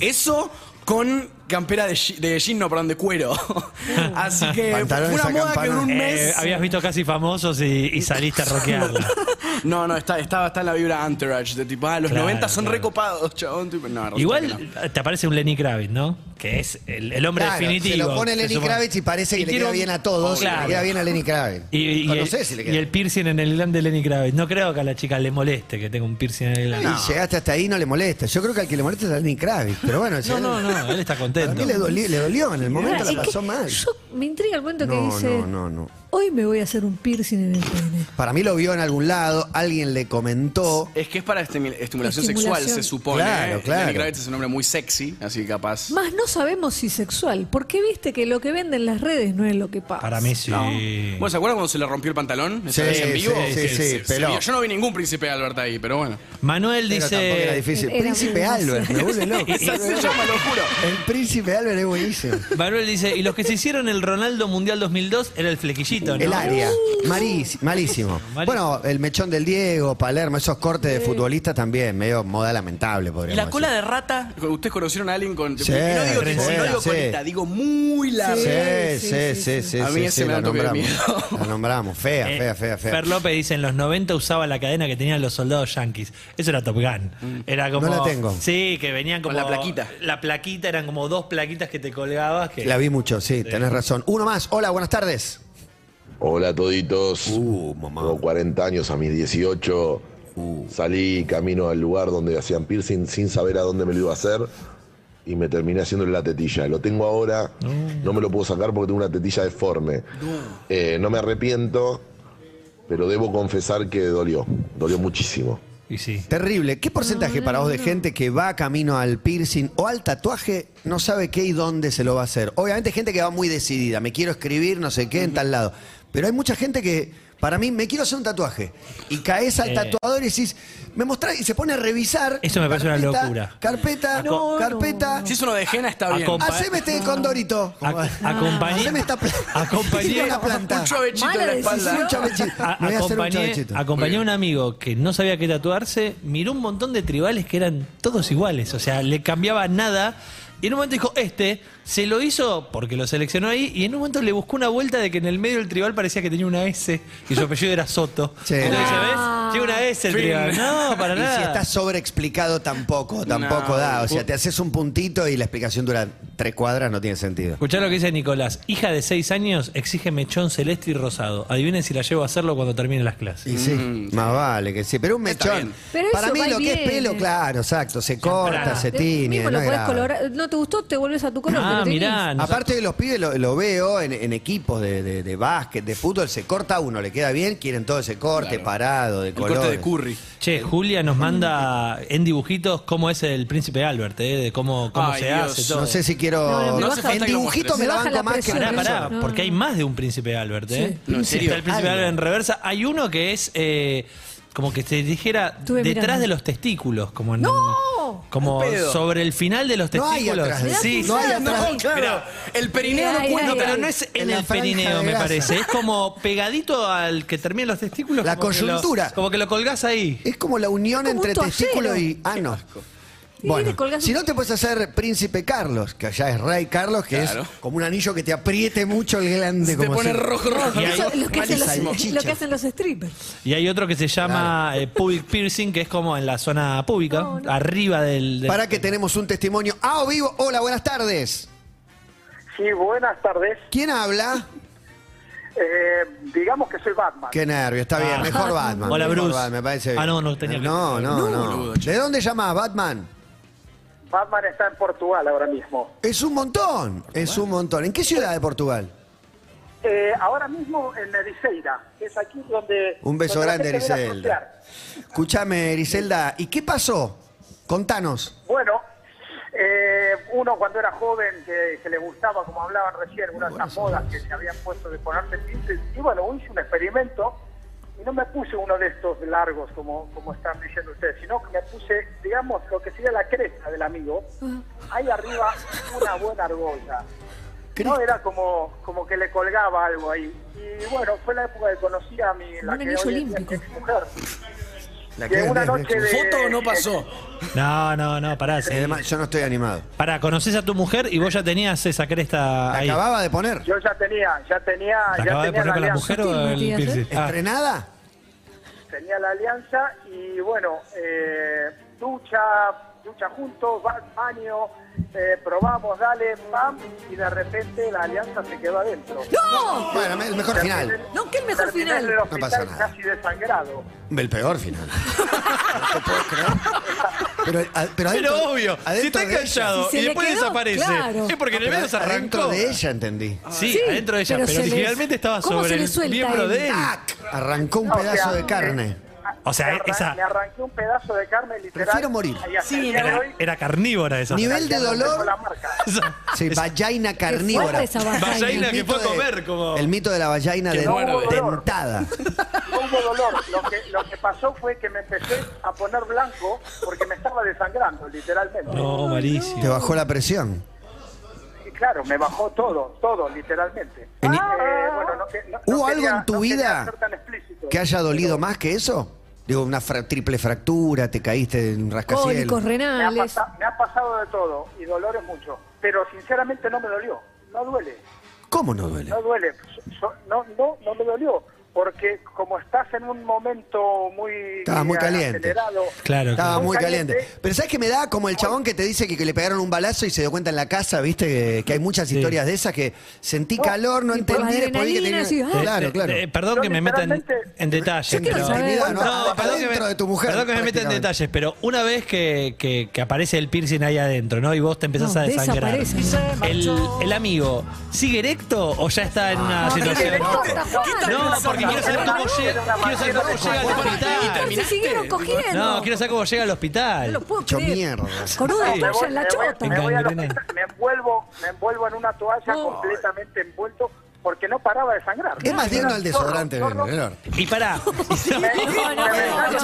[SPEAKER 10] Eso con campera de, ye- de jean, no, perdón,
[SPEAKER 3] <laughs>
[SPEAKER 10] de cuero. Así que fue
[SPEAKER 3] Pantalones
[SPEAKER 10] una moda que en
[SPEAKER 3] acampanados.
[SPEAKER 10] un mes...
[SPEAKER 4] Eh, habías visto casi famosos y, y saliste
[SPEAKER 3] <laughs>
[SPEAKER 4] a rockearla.
[SPEAKER 10] No, no, está, estaba está en la vibra entourage, de tipo, ah, los
[SPEAKER 4] Claro,
[SPEAKER 10] 90 son
[SPEAKER 4] claro.
[SPEAKER 10] recopados, chabón. tipo, no, resulta que no.
[SPEAKER 4] Igual te aparece un Lenny Kravitz, ¿no? Que es el, el hombre
[SPEAKER 3] Claro,
[SPEAKER 4] definitivo.
[SPEAKER 3] Se lo pone Lenny
[SPEAKER 4] se supone.
[SPEAKER 3] Kravitz y parece que le
[SPEAKER 4] tiene
[SPEAKER 3] queda
[SPEAKER 4] un- Oh,
[SPEAKER 3] bien a todos.
[SPEAKER 4] Claro.
[SPEAKER 3] Le queda bien a Lenny Kravitz.
[SPEAKER 4] Y, y
[SPEAKER 3] no
[SPEAKER 4] el,
[SPEAKER 3] sé si le
[SPEAKER 4] y
[SPEAKER 3] queda.
[SPEAKER 4] el piercing en el glande de Lenny Kravitz. No creo que a la chica le moleste que tenga un piercing en el
[SPEAKER 3] Y
[SPEAKER 4] glande.
[SPEAKER 3] llegaste hasta ahí, no le molesta. Yo creo que al que le molesta es a Lenny Kravitz. Pero bueno,
[SPEAKER 4] No, no, no, él está
[SPEAKER 3] A
[SPEAKER 4] contento.
[SPEAKER 3] mí le dolió, le dolió, en el momento
[SPEAKER 5] Ah,
[SPEAKER 3] la
[SPEAKER 5] es que
[SPEAKER 3] pasó mal.
[SPEAKER 5] Yo me intriga el cuento que
[SPEAKER 3] No,
[SPEAKER 5] dice.
[SPEAKER 3] no, no, no.
[SPEAKER 5] Hoy me voy a hacer un piercing en el pene.
[SPEAKER 3] Para mí lo vio en algún lado, alguien le comentó.
[SPEAKER 10] Es que es para estimul- estimulación, sexual,
[SPEAKER 5] Estimulación.
[SPEAKER 10] se supone.
[SPEAKER 3] Claro,
[SPEAKER 10] ¿eh?
[SPEAKER 3] claro.
[SPEAKER 10] Lenny Kravitz es un hombre muy sexy, así que capaz.
[SPEAKER 5] Más no sabemos si sexual, porque viste que lo que venden las redes no es lo que pasa.
[SPEAKER 4] Para mí sí.
[SPEAKER 10] No. Bueno, ¿se acuerdan cuando se le rompió el pantalón? ¿Esa
[SPEAKER 3] Sí,
[SPEAKER 10] vez en vivo?
[SPEAKER 3] sí, sí, sí,
[SPEAKER 10] Se- se- se
[SPEAKER 3] peló.
[SPEAKER 10] vio. Yo no vi ningún príncipe Albert ahí,
[SPEAKER 5] <laughs>
[SPEAKER 10] pero bueno.
[SPEAKER 4] Manuel
[SPEAKER 3] Pero tampoco era
[SPEAKER 4] dice.
[SPEAKER 3] difícil.
[SPEAKER 5] Era
[SPEAKER 3] Príncipe
[SPEAKER 5] muy
[SPEAKER 3] Albert, me vuelve
[SPEAKER 10] <laughs>
[SPEAKER 3] loco.
[SPEAKER 10] Esa se llama, lo juro.
[SPEAKER 3] El Príncipe Albert es buenísimo.
[SPEAKER 4] Manuel dice, y los que se hicieron el Ronaldo Mundial 2002 era el flequillito, ¿no?
[SPEAKER 3] El área, maris- malísimo.
[SPEAKER 4] Malísimo.
[SPEAKER 3] Bueno, el mechón del Diego, Palermo, esos cortes de futbolista también, medio moda lamentable,
[SPEAKER 10] Y
[SPEAKER 3] podríamos
[SPEAKER 10] la cola
[SPEAKER 3] decir.
[SPEAKER 10] de rata, ustedes conocieron a alguien con.
[SPEAKER 3] Sí,
[SPEAKER 10] y no digo, tipo,
[SPEAKER 4] sí,
[SPEAKER 10] no digo
[SPEAKER 3] sí.
[SPEAKER 10] colita, digo muy larga.
[SPEAKER 3] Sí,
[SPEAKER 5] Sí,
[SPEAKER 3] sí,
[SPEAKER 5] sí,
[SPEAKER 3] sí, sí.
[SPEAKER 10] A
[SPEAKER 3] sí,
[SPEAKER 10] mí
[SPEAKER 3] sí,
[SPEAKER 10] ese
[SPEAKER 3] la
[SPEAKER 10] me da un toque de
[SPEAKER 3] nombramos.
[SPEAKER 10] miedo.
[SPEAKER 3] La nombramos, fea,
[SPEAKER 4] Eh,
[SPEAKER 3] fea, fea, fea.
[SPEAKER 4] Fer López dice, en los 90 usaba la cadena que tenían los soldados yanquis. Eso era Top Gun. Era como,
[SPEAKER 3] No la tengo.
[SPEAKER 4] Sí, que venían como...
[SPEAKER 10] Mm. Con la plaquita.
[SPEAKER 4] La plaquita, eran como dos plaquitas que te colgabas. Que,
[SPEAKER 3] La vi mucho, sí, tenés razón. Uno más, hola, buenas tardes.
[SPEAKER 11] Hola a toditos.
[SPEAKER 3] Uh, mamá.
[SPEAKER 11] Tengo 40 años, a mis 18 salí camino al lugar donde hacían piercing sin saber a dónde me lo iba a hacer y me terminé haciendo la tetilla. Lo tengo ahora, no, me lo puedo sacar porque tengo una tetilla deforme. Eh, no me arrepiento, pero debo confesar que dolió, dolió muchísimo.
[SPEAKER 4] Y sí.
[SPEAKER 3] Terrible. ¿Qué porcentaje para vos de gente que va camino al piercing o al tatuaje no sabe qué y dónde se lo va a hacer? Obviamente gente que va muy decidida, me quiero escribir, no sé qué, en tal lado. Pero hay mucha gente que, para mí, me quiero hacer un tatuaje. Y caes al
[SPEAKER 4] Eh.
[SPEAKER 3] tatuador y decís, me mostrás, y se pone a revisar.
[SPEAKER 4] Eso me parece una
[SPEAKER 3] carpeta,
[SPEAKER 4] locura.
[SPEAKER 3] Carpeta,
[SPEAKER 4] No,
[SPEAKER 5] no.
[SPEAKER 3] carpeta.
[SPEAKER 10] Si es uno de Jena, está bien.
[SPEAKER 4] Acom-
[SPEAKER 3] Haceme este condorito.
[SPEAKER 4] Ac-
[SPEAKER 3] <laughs>
[SPEAKER 4] acompañé-
[SPEAKER 3] Haceme esta planta.
[SPEAKER 4] acompañé-
[SPEAKER 3] una planta.
[SPEAKER 10] Un chovechito
[SPEAKER 5] Mala
[SPEAKER 10] en
[SPEAKER 3] <laughs>
[SPEAKER 10] la
[SPEAKER 3] Un
[SPEAKER 10] espalda.
[SPEAKER 5] decisión.
[SPEAKER 3] chavechito.
[SPEAKER 4] A-
[SPEAKER 3] Me voy a hacer un
[SPEAKER 4] acompañé,
[SPEAKER 3] chavechito.
[SPEAKER 4] acompañé a un amigo que no sabía qué tatuarse, miró un montón de tribales que eran todos iguales, o sea, le cambiaba nada. Y en un momento dijo, este, se lo hizo porque lo seleccionó ahí, y en un momento le buscó una vuelta de que en el medio del tribal parecía que tenía una S, y su apellido era Soto.
[SPEAKER 3] Sí.
[SPEAKER 4] Entonces dice,
[SPEAKER 5] Ah.
[SPEAKER 4] ¿ves? Tiene una S el
[SPEAKER 10] Fin.
[SPEAKER 4] tribal. No,
[SPEAKER 3] <laughs>
[SPEAKER 4] para
[SPEAKER 3] Y
[SPEAKER 4] nada.
[SPEAKER 3] si está sobreexplicado tampoco, tampoco
[SPEAKER 10] No. Uh.
[SPEAKER 3] da. O sea, te haces un puntito y la explicación dura tres cuadras, no tiene sentido.
[SPEAKER 10] Mm,
[SPEAKER 4] Escuchá lo que dice Nicolás. Hija de 6 años exige mechón celeste y rosado. Adivinen si la llevo a hacerlo cuando termine las clases.
[SPEAKER 3] Y sí, más vale que sí. Pero un
[SPEAKER 10] Está
[SPEAKER 3] mechón.
[SPEAKER 10] bien.
[SPEAKER 5] Pero
[SPEAKER 3] Para
[SPEAKER 5] eso
[SPEAKER 3] mí
[SPEAKER 5] va y
[SPEAKER 3] lo que es
[SPEAKER 5] viene.
[SPEAKER 3] pelo, claro, exacto. Se corta, se
[SPEAKER 5] De-
[SPEAKER 3] tiñe.
[SPEAKER 5] Ah, mismo
[SPEAKER 3] eh, No
[SPEAKER 5] lo
[SPEAKER 3] es
[SPEAKER 5] podés
[SPEAKER 3] grave.
[SPEAKER 5] colorar. No te gustó, te vuelves a tu color.
[SPEAKER 4] Ah,
[SPEAKER 5] pero tenés.
[SPEAKER 4] mirá. nos-
[SPEAKER 3] Aparte de los pibes, lo, lo veo en, en equipos de, de- de básquet, de fútbol, se corta uno, le queda bien, quieren todo ese corte, parado, de
[SPEAKER 4] color.
[SPEAKER 10] corte de Curry.
[SPEAKER 4] Che, Julia nos manda en dibujitos cómo es el príncipe Albert, eh, de cómo, cómo
[SPEAKER 10] Ay,
[SPEAKER 4] se
[SPEAKER 10] Dios.
[SPEAKER 4] hace todo.
[SPEAKER 3] No sé si quiero.
[SPEAKER 10] No, no, me
[SPEAKER 3] No,
[SPEAKER 10] baja la-
[SPEAKER 3] en dibujito
[SPEAKER 10] me
[SPEAKER 3] me la
[SPEAKER 10] baja
[SPEAKER 3] banco
[SPEAKER 10] la
[SPEAKER 3] más que
[SPEAKER 10] presión,
[SPEAKER 4] Pará,
[SPEAKER 3] en
[SPEAKER 4] pará,
[SPEAKER 3] persona.
[SPEAKER 4] porque hay más de un príncipe Albert, ¿eh?
[SPEAKER 10] No, ¿en serio?
[SPEAKER 4] Está el príncipe Albert en reversa. Hay uno que es eh, como que te dijera
[SPEAKER 5] Estuve
[SPEAKER 4] detrás
[SPEAKER 5] mirando.
[SPEAKER 4] de los testículos, como en-
[SPEAKER 5] ¡No!
[SPEAKER 4] como
[SPEAKER 10] Al pedo.
[SPEAKER 4] sobre el final de los
[SPEAKER 3] No hay
[SPEAKER 4] testículos.
[SPEAKER 3] atrás de-
[SPEAKER 4] sí,
[SPEAKER 3] no hay
[SPEAKER 4] sí,
[SPEAKER 3] atrás.
[SPEAKER 10] No, claro. El perineo
[SPEAKER 5] Mira,
[SPEAKER 10] no
[SPEAKER 5] mira,
[SPEAKER 10] cuenta.
[SPEAKER 4] No,
[SPEAKER 5] mira.
[SPEAKER 4] pero no es
[SPEAKER 3] En
[SPEAKER 4] en,
[SPEAKER 3] la
[SPEAKER 4] el
[SPEAKER 3] franja
[SPEAKER 4] perineo,
[SPEAKER 3] de
[SPEAKER 4] me
[SPEAKER 3] grasa.
[SPEAKER 4] parece. Es como pegadito al que terminan los testículos.
[SPEAKER 3] La
[SPEAKER 4] como que lo-
[SPEAKER 3] coyuntura.
[SPEAKER 4] como que lo colgás ahí.
[SPEAKER 3] Es como la unión
[SPEAKER 5] Como un
[SPEAKER 3] entre
[SPEAKER 5] toallero.
[SPEAKER 3] testículo y ano.
[SPEAKER 5] Y
[SPEAKER 3] Bueno,
[SPEAKER 5] le colgás
[SPEAKER 3] si
[SPEAKER 5] un-
[SPEAKER 3] no te puedes hacer príncipe Carlos, que allá es rey Carlos, que
[SPEAKER 10] Claro.
[SPEAKER 3] es como un anillo que te apriete mucho el glande.
[SPEAKER 10] Te
[SPEAKER 3] como
[SPEAKER 10] pone
[SPEAKER 3] así.
[SPEAKER 10] rojo, rojo.
[SPEAKER 4] Y ahí-
[SPEAKER 5] Eso es lo que, hacen
[SPEAKER 3] Malísimo.
[SPEAKER 5] los, <laughs> lo que hacen los strippers.
[SPEAKER 4] Y hay otro que se llama eh, public piercing, que es como en la zona pública, arriba del... del-
[SPEAKER 3] Para que tenemos un testimonio. Ah, vivo. Hola, buenas tardes.
[SPEAKER 12] Sí, buenas tardes.
[SPEAKER 3] ¿Quién habla?
[SPEAKER 12] Eh, digamos que soy Batman.
[SPEAKER 3] Qué nervio, está bien.
[SPEAKER 4] Ah.
[SPEAKER 3] Mejor Batman.
[SPEAKER 4] Hola,
[SPEAKER 3] mejor
[SPEAKER 4] Bruce.
[SPEAKER 3] Batman, me parece bien.
[SPEAKER 4] Ah, no, no tenía que-
[SPEAKER 3] No, no, no. ¿De dónde llamás, Batman?
[SPEAKER 12] Batman está en Portugal ahora mismo.
[SPEAKER 3] Es un montón. Es un montón. ¿En qué ciudad de Portugal?
[SPEAKER 12] Eh, ahora mismo en Ericeira, que es aquí donde...
[SPEAKER 3] Un beso
[SPEAKER 12] donde la
[SPEAKER 3] grande,
[SPEAKER 12] gente viene a
[SPEAKER 3] Ericelda.
[SPEAKER 12] surfear.
[SPEAKER 3] Escúchame, Griselda, ¿y qué pasó? Contanos.
[SPEAKER 12] Bueno, eh, uno cuando era joven que, que le gustaba, como hablaban recién, una de esas modas que se habían puesto de ponerse pintes, y bueno, hice un experimento y no me puse uno de estos largos, como, como están diciendo ustedes, sino que me puse, digamos, lo que sería la cresta del amigo,
[SPEAKER 5] Ah,
[SPEAKER 12] ahí arriba una buena argolla. No era como, como que le colgaba algo ahí. Y bueno, fue la época que conocí a mi la
[SPEAKER 5] Un
[SPEAKER 12] que
[SPEAKER 5] anillo
[SPEAKER 12] hoy en día
[SPEAKER 5] olímpico.
[SPEAKER 12] es este. mi mujer.
[SPEAKER 3] La
[SPEAKER 12] que una noche de... Eh,
[SPEAKER 10] ¿Foto o no pasó?
[SPEAKER 4] No, no, no, pará. sí.
[SPEAKER 3] Eh, además, yo no estoy animado.
[SPEAKER 4] Pará, conoces a tu mujer y vos ya tenías esa cresta
[SPEAKER 3] La
[SPEAKER 4] ahí.
[SPEAKER 3] acababa de poner.
[SPEAKER 12] Yo ya tenía, ya tenía,
[SPEAKER 4] ¿Te
[SPEAKER 12] ya
[SPEAKER 4] acabas de
[SPEAKER 12] tenía
[SPEAKER 4] poner con la
[SPEAKER 12] alianza.
[SPEAKER 4] mujer
[SPEAKER 5] Sutil,
[SPEAKER 4] o el
[SPEAKER 5] Matías, ¿eh?
[SPEAKER 4] piercing? Ah,
[SPEAKER 3] ¿Estrenada?
[SPEAKER 12] tenía la alianza y bueno, eh, ducha, ducha juntos, va al baño, eh, probamos, dale, pam, y de repente la alianza se quedó adentro.
[SPEAKER 5] ¡No!
[SPEAKER 3] Bueno, me- el mejor final.
[SPEAKER 5] No, que el mejor
[SPEAKER 12] Terminé
[SPEAKER 5] final.
[SPEAKER 12] En el hospital
[SPEAKER 3] pasa nada.
[SPEAKER 12] casi desangrado.
[SPEAKER 3] El peor final. No te puedo creer. Pero, a- pero adentro-
[SPEAKER 4] Pero obvio, si
[SPEAKER 3] adentro
[SPEAKER 4] está
[SPEAKER 3] de ella- Ah,
[SPEAKER 4] callado
[SPEAKER 5] Si se
[SPEAKER 4] y
[SPEAKER 5] le
[SPEAKER 4] después
[SPEAKER 5] quedó,
[SPEAKER 4] desaparece,
[SPEAKER 5] claro.
[SPEAKER 4] es porque en el
[SPEAKER 3] Pero
[SPEAKER 4] medio se
[SPEAKER 3] Adentro
[SPEAKER 4] arrancó.
[SPEAKER 3] de ella, entendí.
[SPEAKER 4] Sí,
[SPEAKER 5] Sí,
[SPEAKER 4] adentro de ella,
[SPEAKER 5] pero
[SPEAKER 4] pero,
[SPEAKER 5] se le-
[SPEAKER 4] originalmente estaba
[SPEAKER 5] ¿Cómo se
[SPEAKER 4] sobre
[SPEAKER 5] le
[SPEAKER 4] el
[SPEAKER 5] suelta Ah,
[SPEAKER 4] miembro
[SPEAKER 5] él?
[SPEAKER 4] de él.
[SPEAKER 3] ¡Tac! Arrancó un pedazo de carne.
[SPEAKER 4] O sea,
[SPEAKER 12] me, arran-
[SPEAKER 4] esa-
[SPEAKER 12] me arranqué un pedazo de carne literal.
[SPEAKER 3] Prefiero morir.
[SPEAKER 12] y hasta el día de
[SPEAKER 4] Era,
[SPEAKER 12] hoy,
[SPEAKER 4] era carnívora esa.
[SPEAKER 3] Nivel de
[SPEAKER 12] ya no tengo
[SPEAKER 3] dolor.
[SPEAKER 12] la marca.
[SPEAKER 4] <laughs> Esa-
[SPEAKER 3] Sí,
[SPEAKER 4] esa-
[SPEAKER 3] vallaina carnívora.
[SPEAKER 5] fuerte esa vallaina.
[SPEAKER 4] Vallaina
[SPEAKER 3] El
[SPEAKER 4] que
[SPEAKER 3] mito
[SPEAKER 4] fue a
[SPEAKER 3] de-
[SPEAKER 4] comer, como-
[SPEAKER 3] El mito de la vallaina
[SPEAKER 10] Que
[SPEAKER 3] de-
[SPEAKER 10] muera de-
[SPEAKER 3] dentada.
[SPEAKER 12] No hubo dolor. Lo que, lo que pasó fue que me empecé a poner blanco porque me estaba desangrando, literalmente.
[SPEAKER 4] No, malísimo.
[SPEAKER 3] Te bajó la presión.
[SPEAKER 12] Y claro, me bajó todo, todo, literalmente.
[SPEAKER 3] En-
[SPEAKER 12] Eh, bueno, no que- no- no
[SPEAKER 3] ¿Hubo algo
[SPEAKER 12] quería-
[SPEAKER 3] en tu
[SPEAKER 12] no quería
[SPEAKER 3] vida
[SPEAKER 12] ser tan explícito.
[SPEAKER 3] ¿Que haya dolido más que eso? Digo, una fra- triple fractura, te caíste en un rascacielos.
[SPEAKER 5] Cólicos
[SPEAKER 12] Me ha,
[SPEAKER 5] renales.
[SPEAKER 12] pasa- me ha pasado de todo y dolores mucho, pero sinceramente no me dolió, no duele,
[SPEAKER 3] ¿Cómo no duele?
[SPEAKER 12] no duele, So- so- no, no, no me dolió, porque como estás en un momento muy,
[SPEAKER 3] Estabas muy
[SPEAKER 12] eh,
[SPEAKER 3] caliente.
[SPEAKER 12] acelerado,
[SPEAKER 4] Claro,
[SPEAKER 3] Estaba
[SPEAKER 4] claro.
[SPEAKER 3] muy
[SPEAKER 12] Muy
[SPEAKER 3] caliente.
[SPEAKER 12] caliente.
[SPEAKER 3] Pero ¿sabes que me da como el chabón que te dice que, que le pegaron un balazo y se dio cuenta en la casa, viste? Que, que hay muchas historias de esas que sentí calor, no
[SPEAKER 5] Y por
[SPEAKER 3] entendí, después vi que
[SPEAKER 5] adrenalina,
[SPEAKER 3] tenía...
[SPEAKER 5] sí, ah.
[SPEAKER 4] Te-
[SPEAKER 3] Claro,
[SPEAKER 4] te-
[SPEAKER 3] claro.
[SPEAKER 4] te- Eh, perdón
[SPEAKER 12] Yo
[SPEAKER 4] que me metan en,
[SPEAKER 12] literalmente-
[SPEAKER 4] en detalles.
[SPEAKER 3] Yo quiero
[SPEAKER 4] pero-
[SPEAKER 5] saber,
[SPEAKER 4] no,
[SPEAKER 3] ¿no?
[SPEAKER 4] perdón, que
[SPEAKER 3] Adentro
[SPEAKER 4] me,
[SPEAKER 3] de tu mujer,
[SPEAKER 4] perdón que me metan en
[SPEAKER 3] prácticamente.
[SPEAKER 4] detalles, pero una vez que, que- que aparece el piercing ahí adentro, ¿no? Y vos te empezás
[SPEAKER 5] No,
[SPEAKER 4] a desangrar.
[SPEAKER 5] desaparece.
[SPEAKER 4] El, el amigo, ¿sigue erecto o ya está en una
[SPEAKER 5] Ah, No,
[SPEAKER 4] situación?
[SPEAKER 5] sigue erecto, está fuerte.
[SPEAKER 4] No, porque quiero saber cómo llega, quiero saber cómo llega al
[SPEAKER 5] Pero
[SPEAKER 4] hospital.
[SPEAKER 5] se siguieron cogiendo.
[SPEAKER 4] No, quiero saber cómo llega al hospital.
[SPEAKER 5] No lo puedo
[SPEAKER 3] Mucho
[SPEAKER 5] creer.
[SPEAKER 3] mierda.
[SPEAKER 5] Con una
[SPEAKER 12] Me
[SPEAKER 5] toalla
[SPEAKER 12] voy-
[SPEAKER 5] en la
[SPEAKER 12] me voy-
[SPEAKER 5] chota.
[SPEAKER 12] Me, voy al
[SPEAKER 4] Engangrena.
[SPEAKER 12] hospital, me envuelvo, me envuelvo en una toalla
[SPEAKER 5] No.
[SPEAKER 12] completamente envuelto porque no paraba de sangrar.
[SPEAKER 3] Es más digno el desodorante.
[SPEAKER 12] Zorro, zorro.
[SPEAKER 3] Leonor.
[SPEAKER 4] Y <laughs> pará.
[SPEAKER 12] Me- me-
[SPEAKER 5] no,
[SPEAKER 12] me-
[SPEAKER 5] no,
[SPEAKER 12] me-
[SPEAKER 5] no,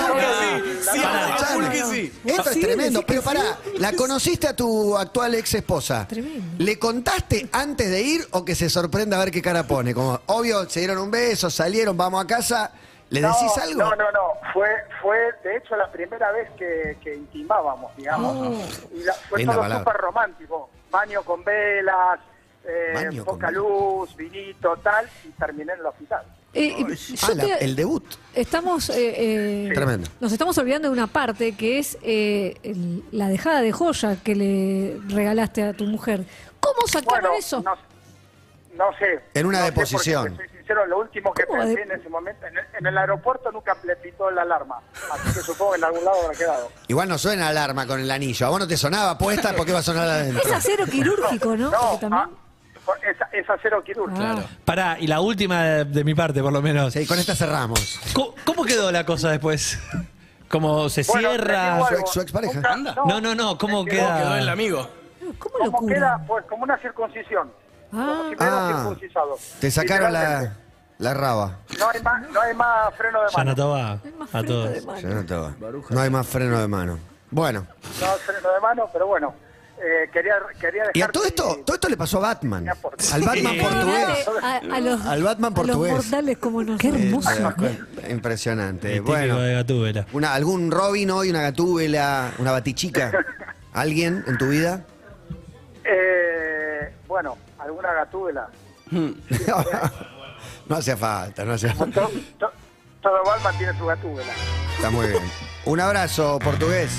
[SPEAKER 10] Sí,
[SPEAKER 3] Pará,
[SPEAKER 10] a full
[SPEAKER 3] escuchame.
[SPEAKER 10] que sí.
[SPEAKER 3] Esto es
[SPEAKER 5] Sí,
[SPEAKER 3] tremendo,
[SPEAKER 5] decís
[SPEAKER 3] pero
[SPEAKER 5] que
[SPEAKER 3] pará,
[SPEAKER 5] sí.
[SPEAKER 3] la conociste a tu actual ex esposa.
[SPEAKER 5] Tremendo.
[SPEAKER 3] ¿Le contaste antes de ir o que se sorprenda a ver qué cara pone? Como, obvio, se dieron un beso, salieron, vamos a casa. ¿Le
[SPEAKER 12] No,
[SPEAKER 3] decís algo?
[SPEAKER 12] No, no, no. Fue, fue de hecho la primera vez que, que intimábamos, digamos. Y la- fue
[SPEAKER 3] Linda
[SPEAKER 12] todo
[SPEAKER 3] palabra.
[SPEAKER 12] súper romántico. Baño con velas, eh,
[SPEAKER 3] Baño con
[SPEAKER 12] poca
[SPEAKER 3] velas.
[SPEAKER 12] luz, vinito, tal. Y terminé en el hospital.
[SPEAKER 5] Eh, eh,
[SPEAKER 3] Ah,
[SPEAKER 5] yo
[SPEAKER 3] la-
[SPEAKER 5] te-
[SPEAKER 3] el debut.
[SPEAKER 5] Estamos. eh, eh,
[SPEAKER 3] Tremendo.
[SPEAKER 5] Nos estamos olvidando de una parte que es eh, el- la dejada de joya que le regalaste a tu mujer. ¿Cómo sacaron
[SPEAKER 12] Bueno,
[SPEAKER 5] eso?
[SPEAKER 12] No, no sé.
[SPEAKER 3] En una
[SPEAKER 12] No sé,
[SPEAKER 3] deposición.
[SPEAKER 12] porque te soy sincero, lo último que
[SPEAKER 5] ¿Cómo
[SPEAKER 12] pensé
[SPEAKER 5] de-
[SPEAKER 12] en ese momento, en el, en el aeropuerto nunca le pitó la alarma. Así que supongo que en algún lado habrá quedado.
[SPEAKER 3] Igual no suena alarma con el anillo. A vos no te sonaba puesta, ¿por qué va a sonar adentro?
[SPEAKER 5] Es acero quirúrgico, ¿no?
[SPEAKER 12] No,
[SPEAKER 5] Porque también-
[SPEAKER 12] ah, es, es acero quirúrgico.
[SPEAKER 4] Pará, y la última de, de mi parte, por lo menos.
[SPEAKER 3] Sí, con esta cerramos.
[SPEAKER 4] ¿Cómo, cómo quedó la cosa después? ¿Cómo se
[SPEAKER 12] Bueno, te
[SPEAKER 4] cierra?
[SPEAKER 12] digo Su ex- algo. su expareja. Nunca- Anda.
[SPEAKER 4] No, no, no. ¿Cómo
[SPEAKER 12] Te digo-
[SPEAKER 4] queda?
[SPEAKER 12] Quedó el
[SPEAKER 10] amigo.
[SPEAKER 12] ¿Cómo queda? Pues como una circuncisión. Como si fuera
[SPEAKER 3] Ah.
[SPEAKER 12] circuncisado.
[SPEAKER 3] Te sacaron la, la raba.
[SPEAKER 12] No hay, más, no hay más freno de
[SPEAKER 4] Ya
[SPEAKER 12] mano.
[SPEAKER 4] no toba a todos.
[SPEAKER 3] Ya no te va. No hay más freno de mano. Bueno.
[SPEAKER 12] No hay freno de mano, pero bueno. eh, quería, quería dejar
[SPEAKER 3] Y a todo esto, todo esto le pasó a Batman. Al Batman
[SPEAKER 12] Sí.
[SPEAKER 3] portugués.
[SPEAKER 5] A, a los,
[SPEAKER 3] Al Batman
[SPEAKER 5] a los
[SPEAKER 3] portugués.
[SPEAKER 5] mortales como nos
[SPEAKER 3] Eh, te das cuenta. Impresionante.
[SPEAKER 4] típico
[SPEAKER 3] Bueno,
[SPEAKER 4] de Gatúbela.
[SPEAKER 3] una, algún Robin hoy, una gatúbela, una batichica. ¿Alguien en tu vida? <laughs>
[SPEAKER 12] Eh, bueno, alguna gatúbela.
[SPEAKER 3] no hacía falta, no hacía falta.
[SPEAKER 12] Todo Balma tiene su gatúbela.
[SPEAKER 3] Está muy bien. Un abrazo, portugués.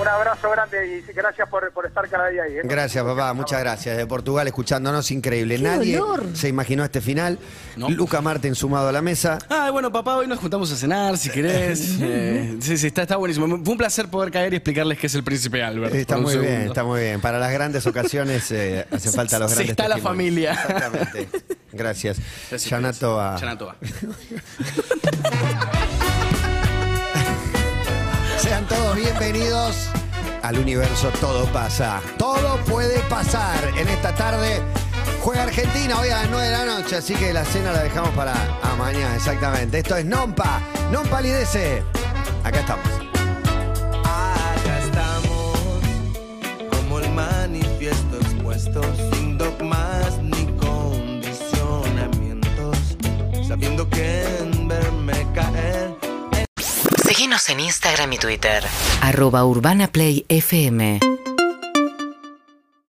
[SPEAKER 12] Un abrazo grande y gracias por, por estar cada día ahí. ¿eh?
[SPEAKER 3] Gracias, papá. Muchas gracias. De Portugal escuchándonos, increíble.
[SPEAKER 12] ¡Qué
[SPEAKER 3] Nadie
[SPEAKER 12] dolor!
[SPEAKER 3] se imaginó este final. Luca Marten sumado a la mesa.
[SPEAKER 10] Ah, bueno, papá, hoy nos juntamos a cenar,
[SPEAKER 3] <laughs>
[SPEAKER 10] si querés. Eh, sí, sí, está, está buenísimo. Fue un placer poder caer y explicarles qué es el príncipe Albert.
[SPEAKER 3] Está
[SPEAKER 10] por un
[SPEAKER 3] muy
[SPEAKER 10] segundo.
[SPEAKER 3] bien, está muy bien. Para las grandes ocasiones eh,
[SPEAKER 10] <laughs>
[SPEAKER 3] hace falta los
[SPEAKER 10] Se
[SPEAKER 3] grandes.
[SPEAKER 10] está la
[SPEAKER 3] testimonios.
[SPEAKER 10] familia.
[SPEAKER 3] Exactamente. Gracias.
[SPEAKER 10] Gracias,
[SPEAKER 3] Yanato ah, a-
[SPEAKER 10] Yanato va.
[SPEAKER 3] Sean todos bienvenidos al universo Todo pasa. Todo puede pasar. En esta tarde juega Argentina hoy a las 9 de la noche, así que la cena la dejamos para ah, mañana, exactamente. Esto es Nompa, Non Palidece. Acá estamos.
[SPEAKER 13] Acá estamos, como el manifiesto expuesto, sin dogmas ni condicionamientos, sabiendo que en verme caer.
[SPEAKER 14] Síguenos en Instagram y Twitter.
[SPEAKER 15] Arroba Urbana Play FM.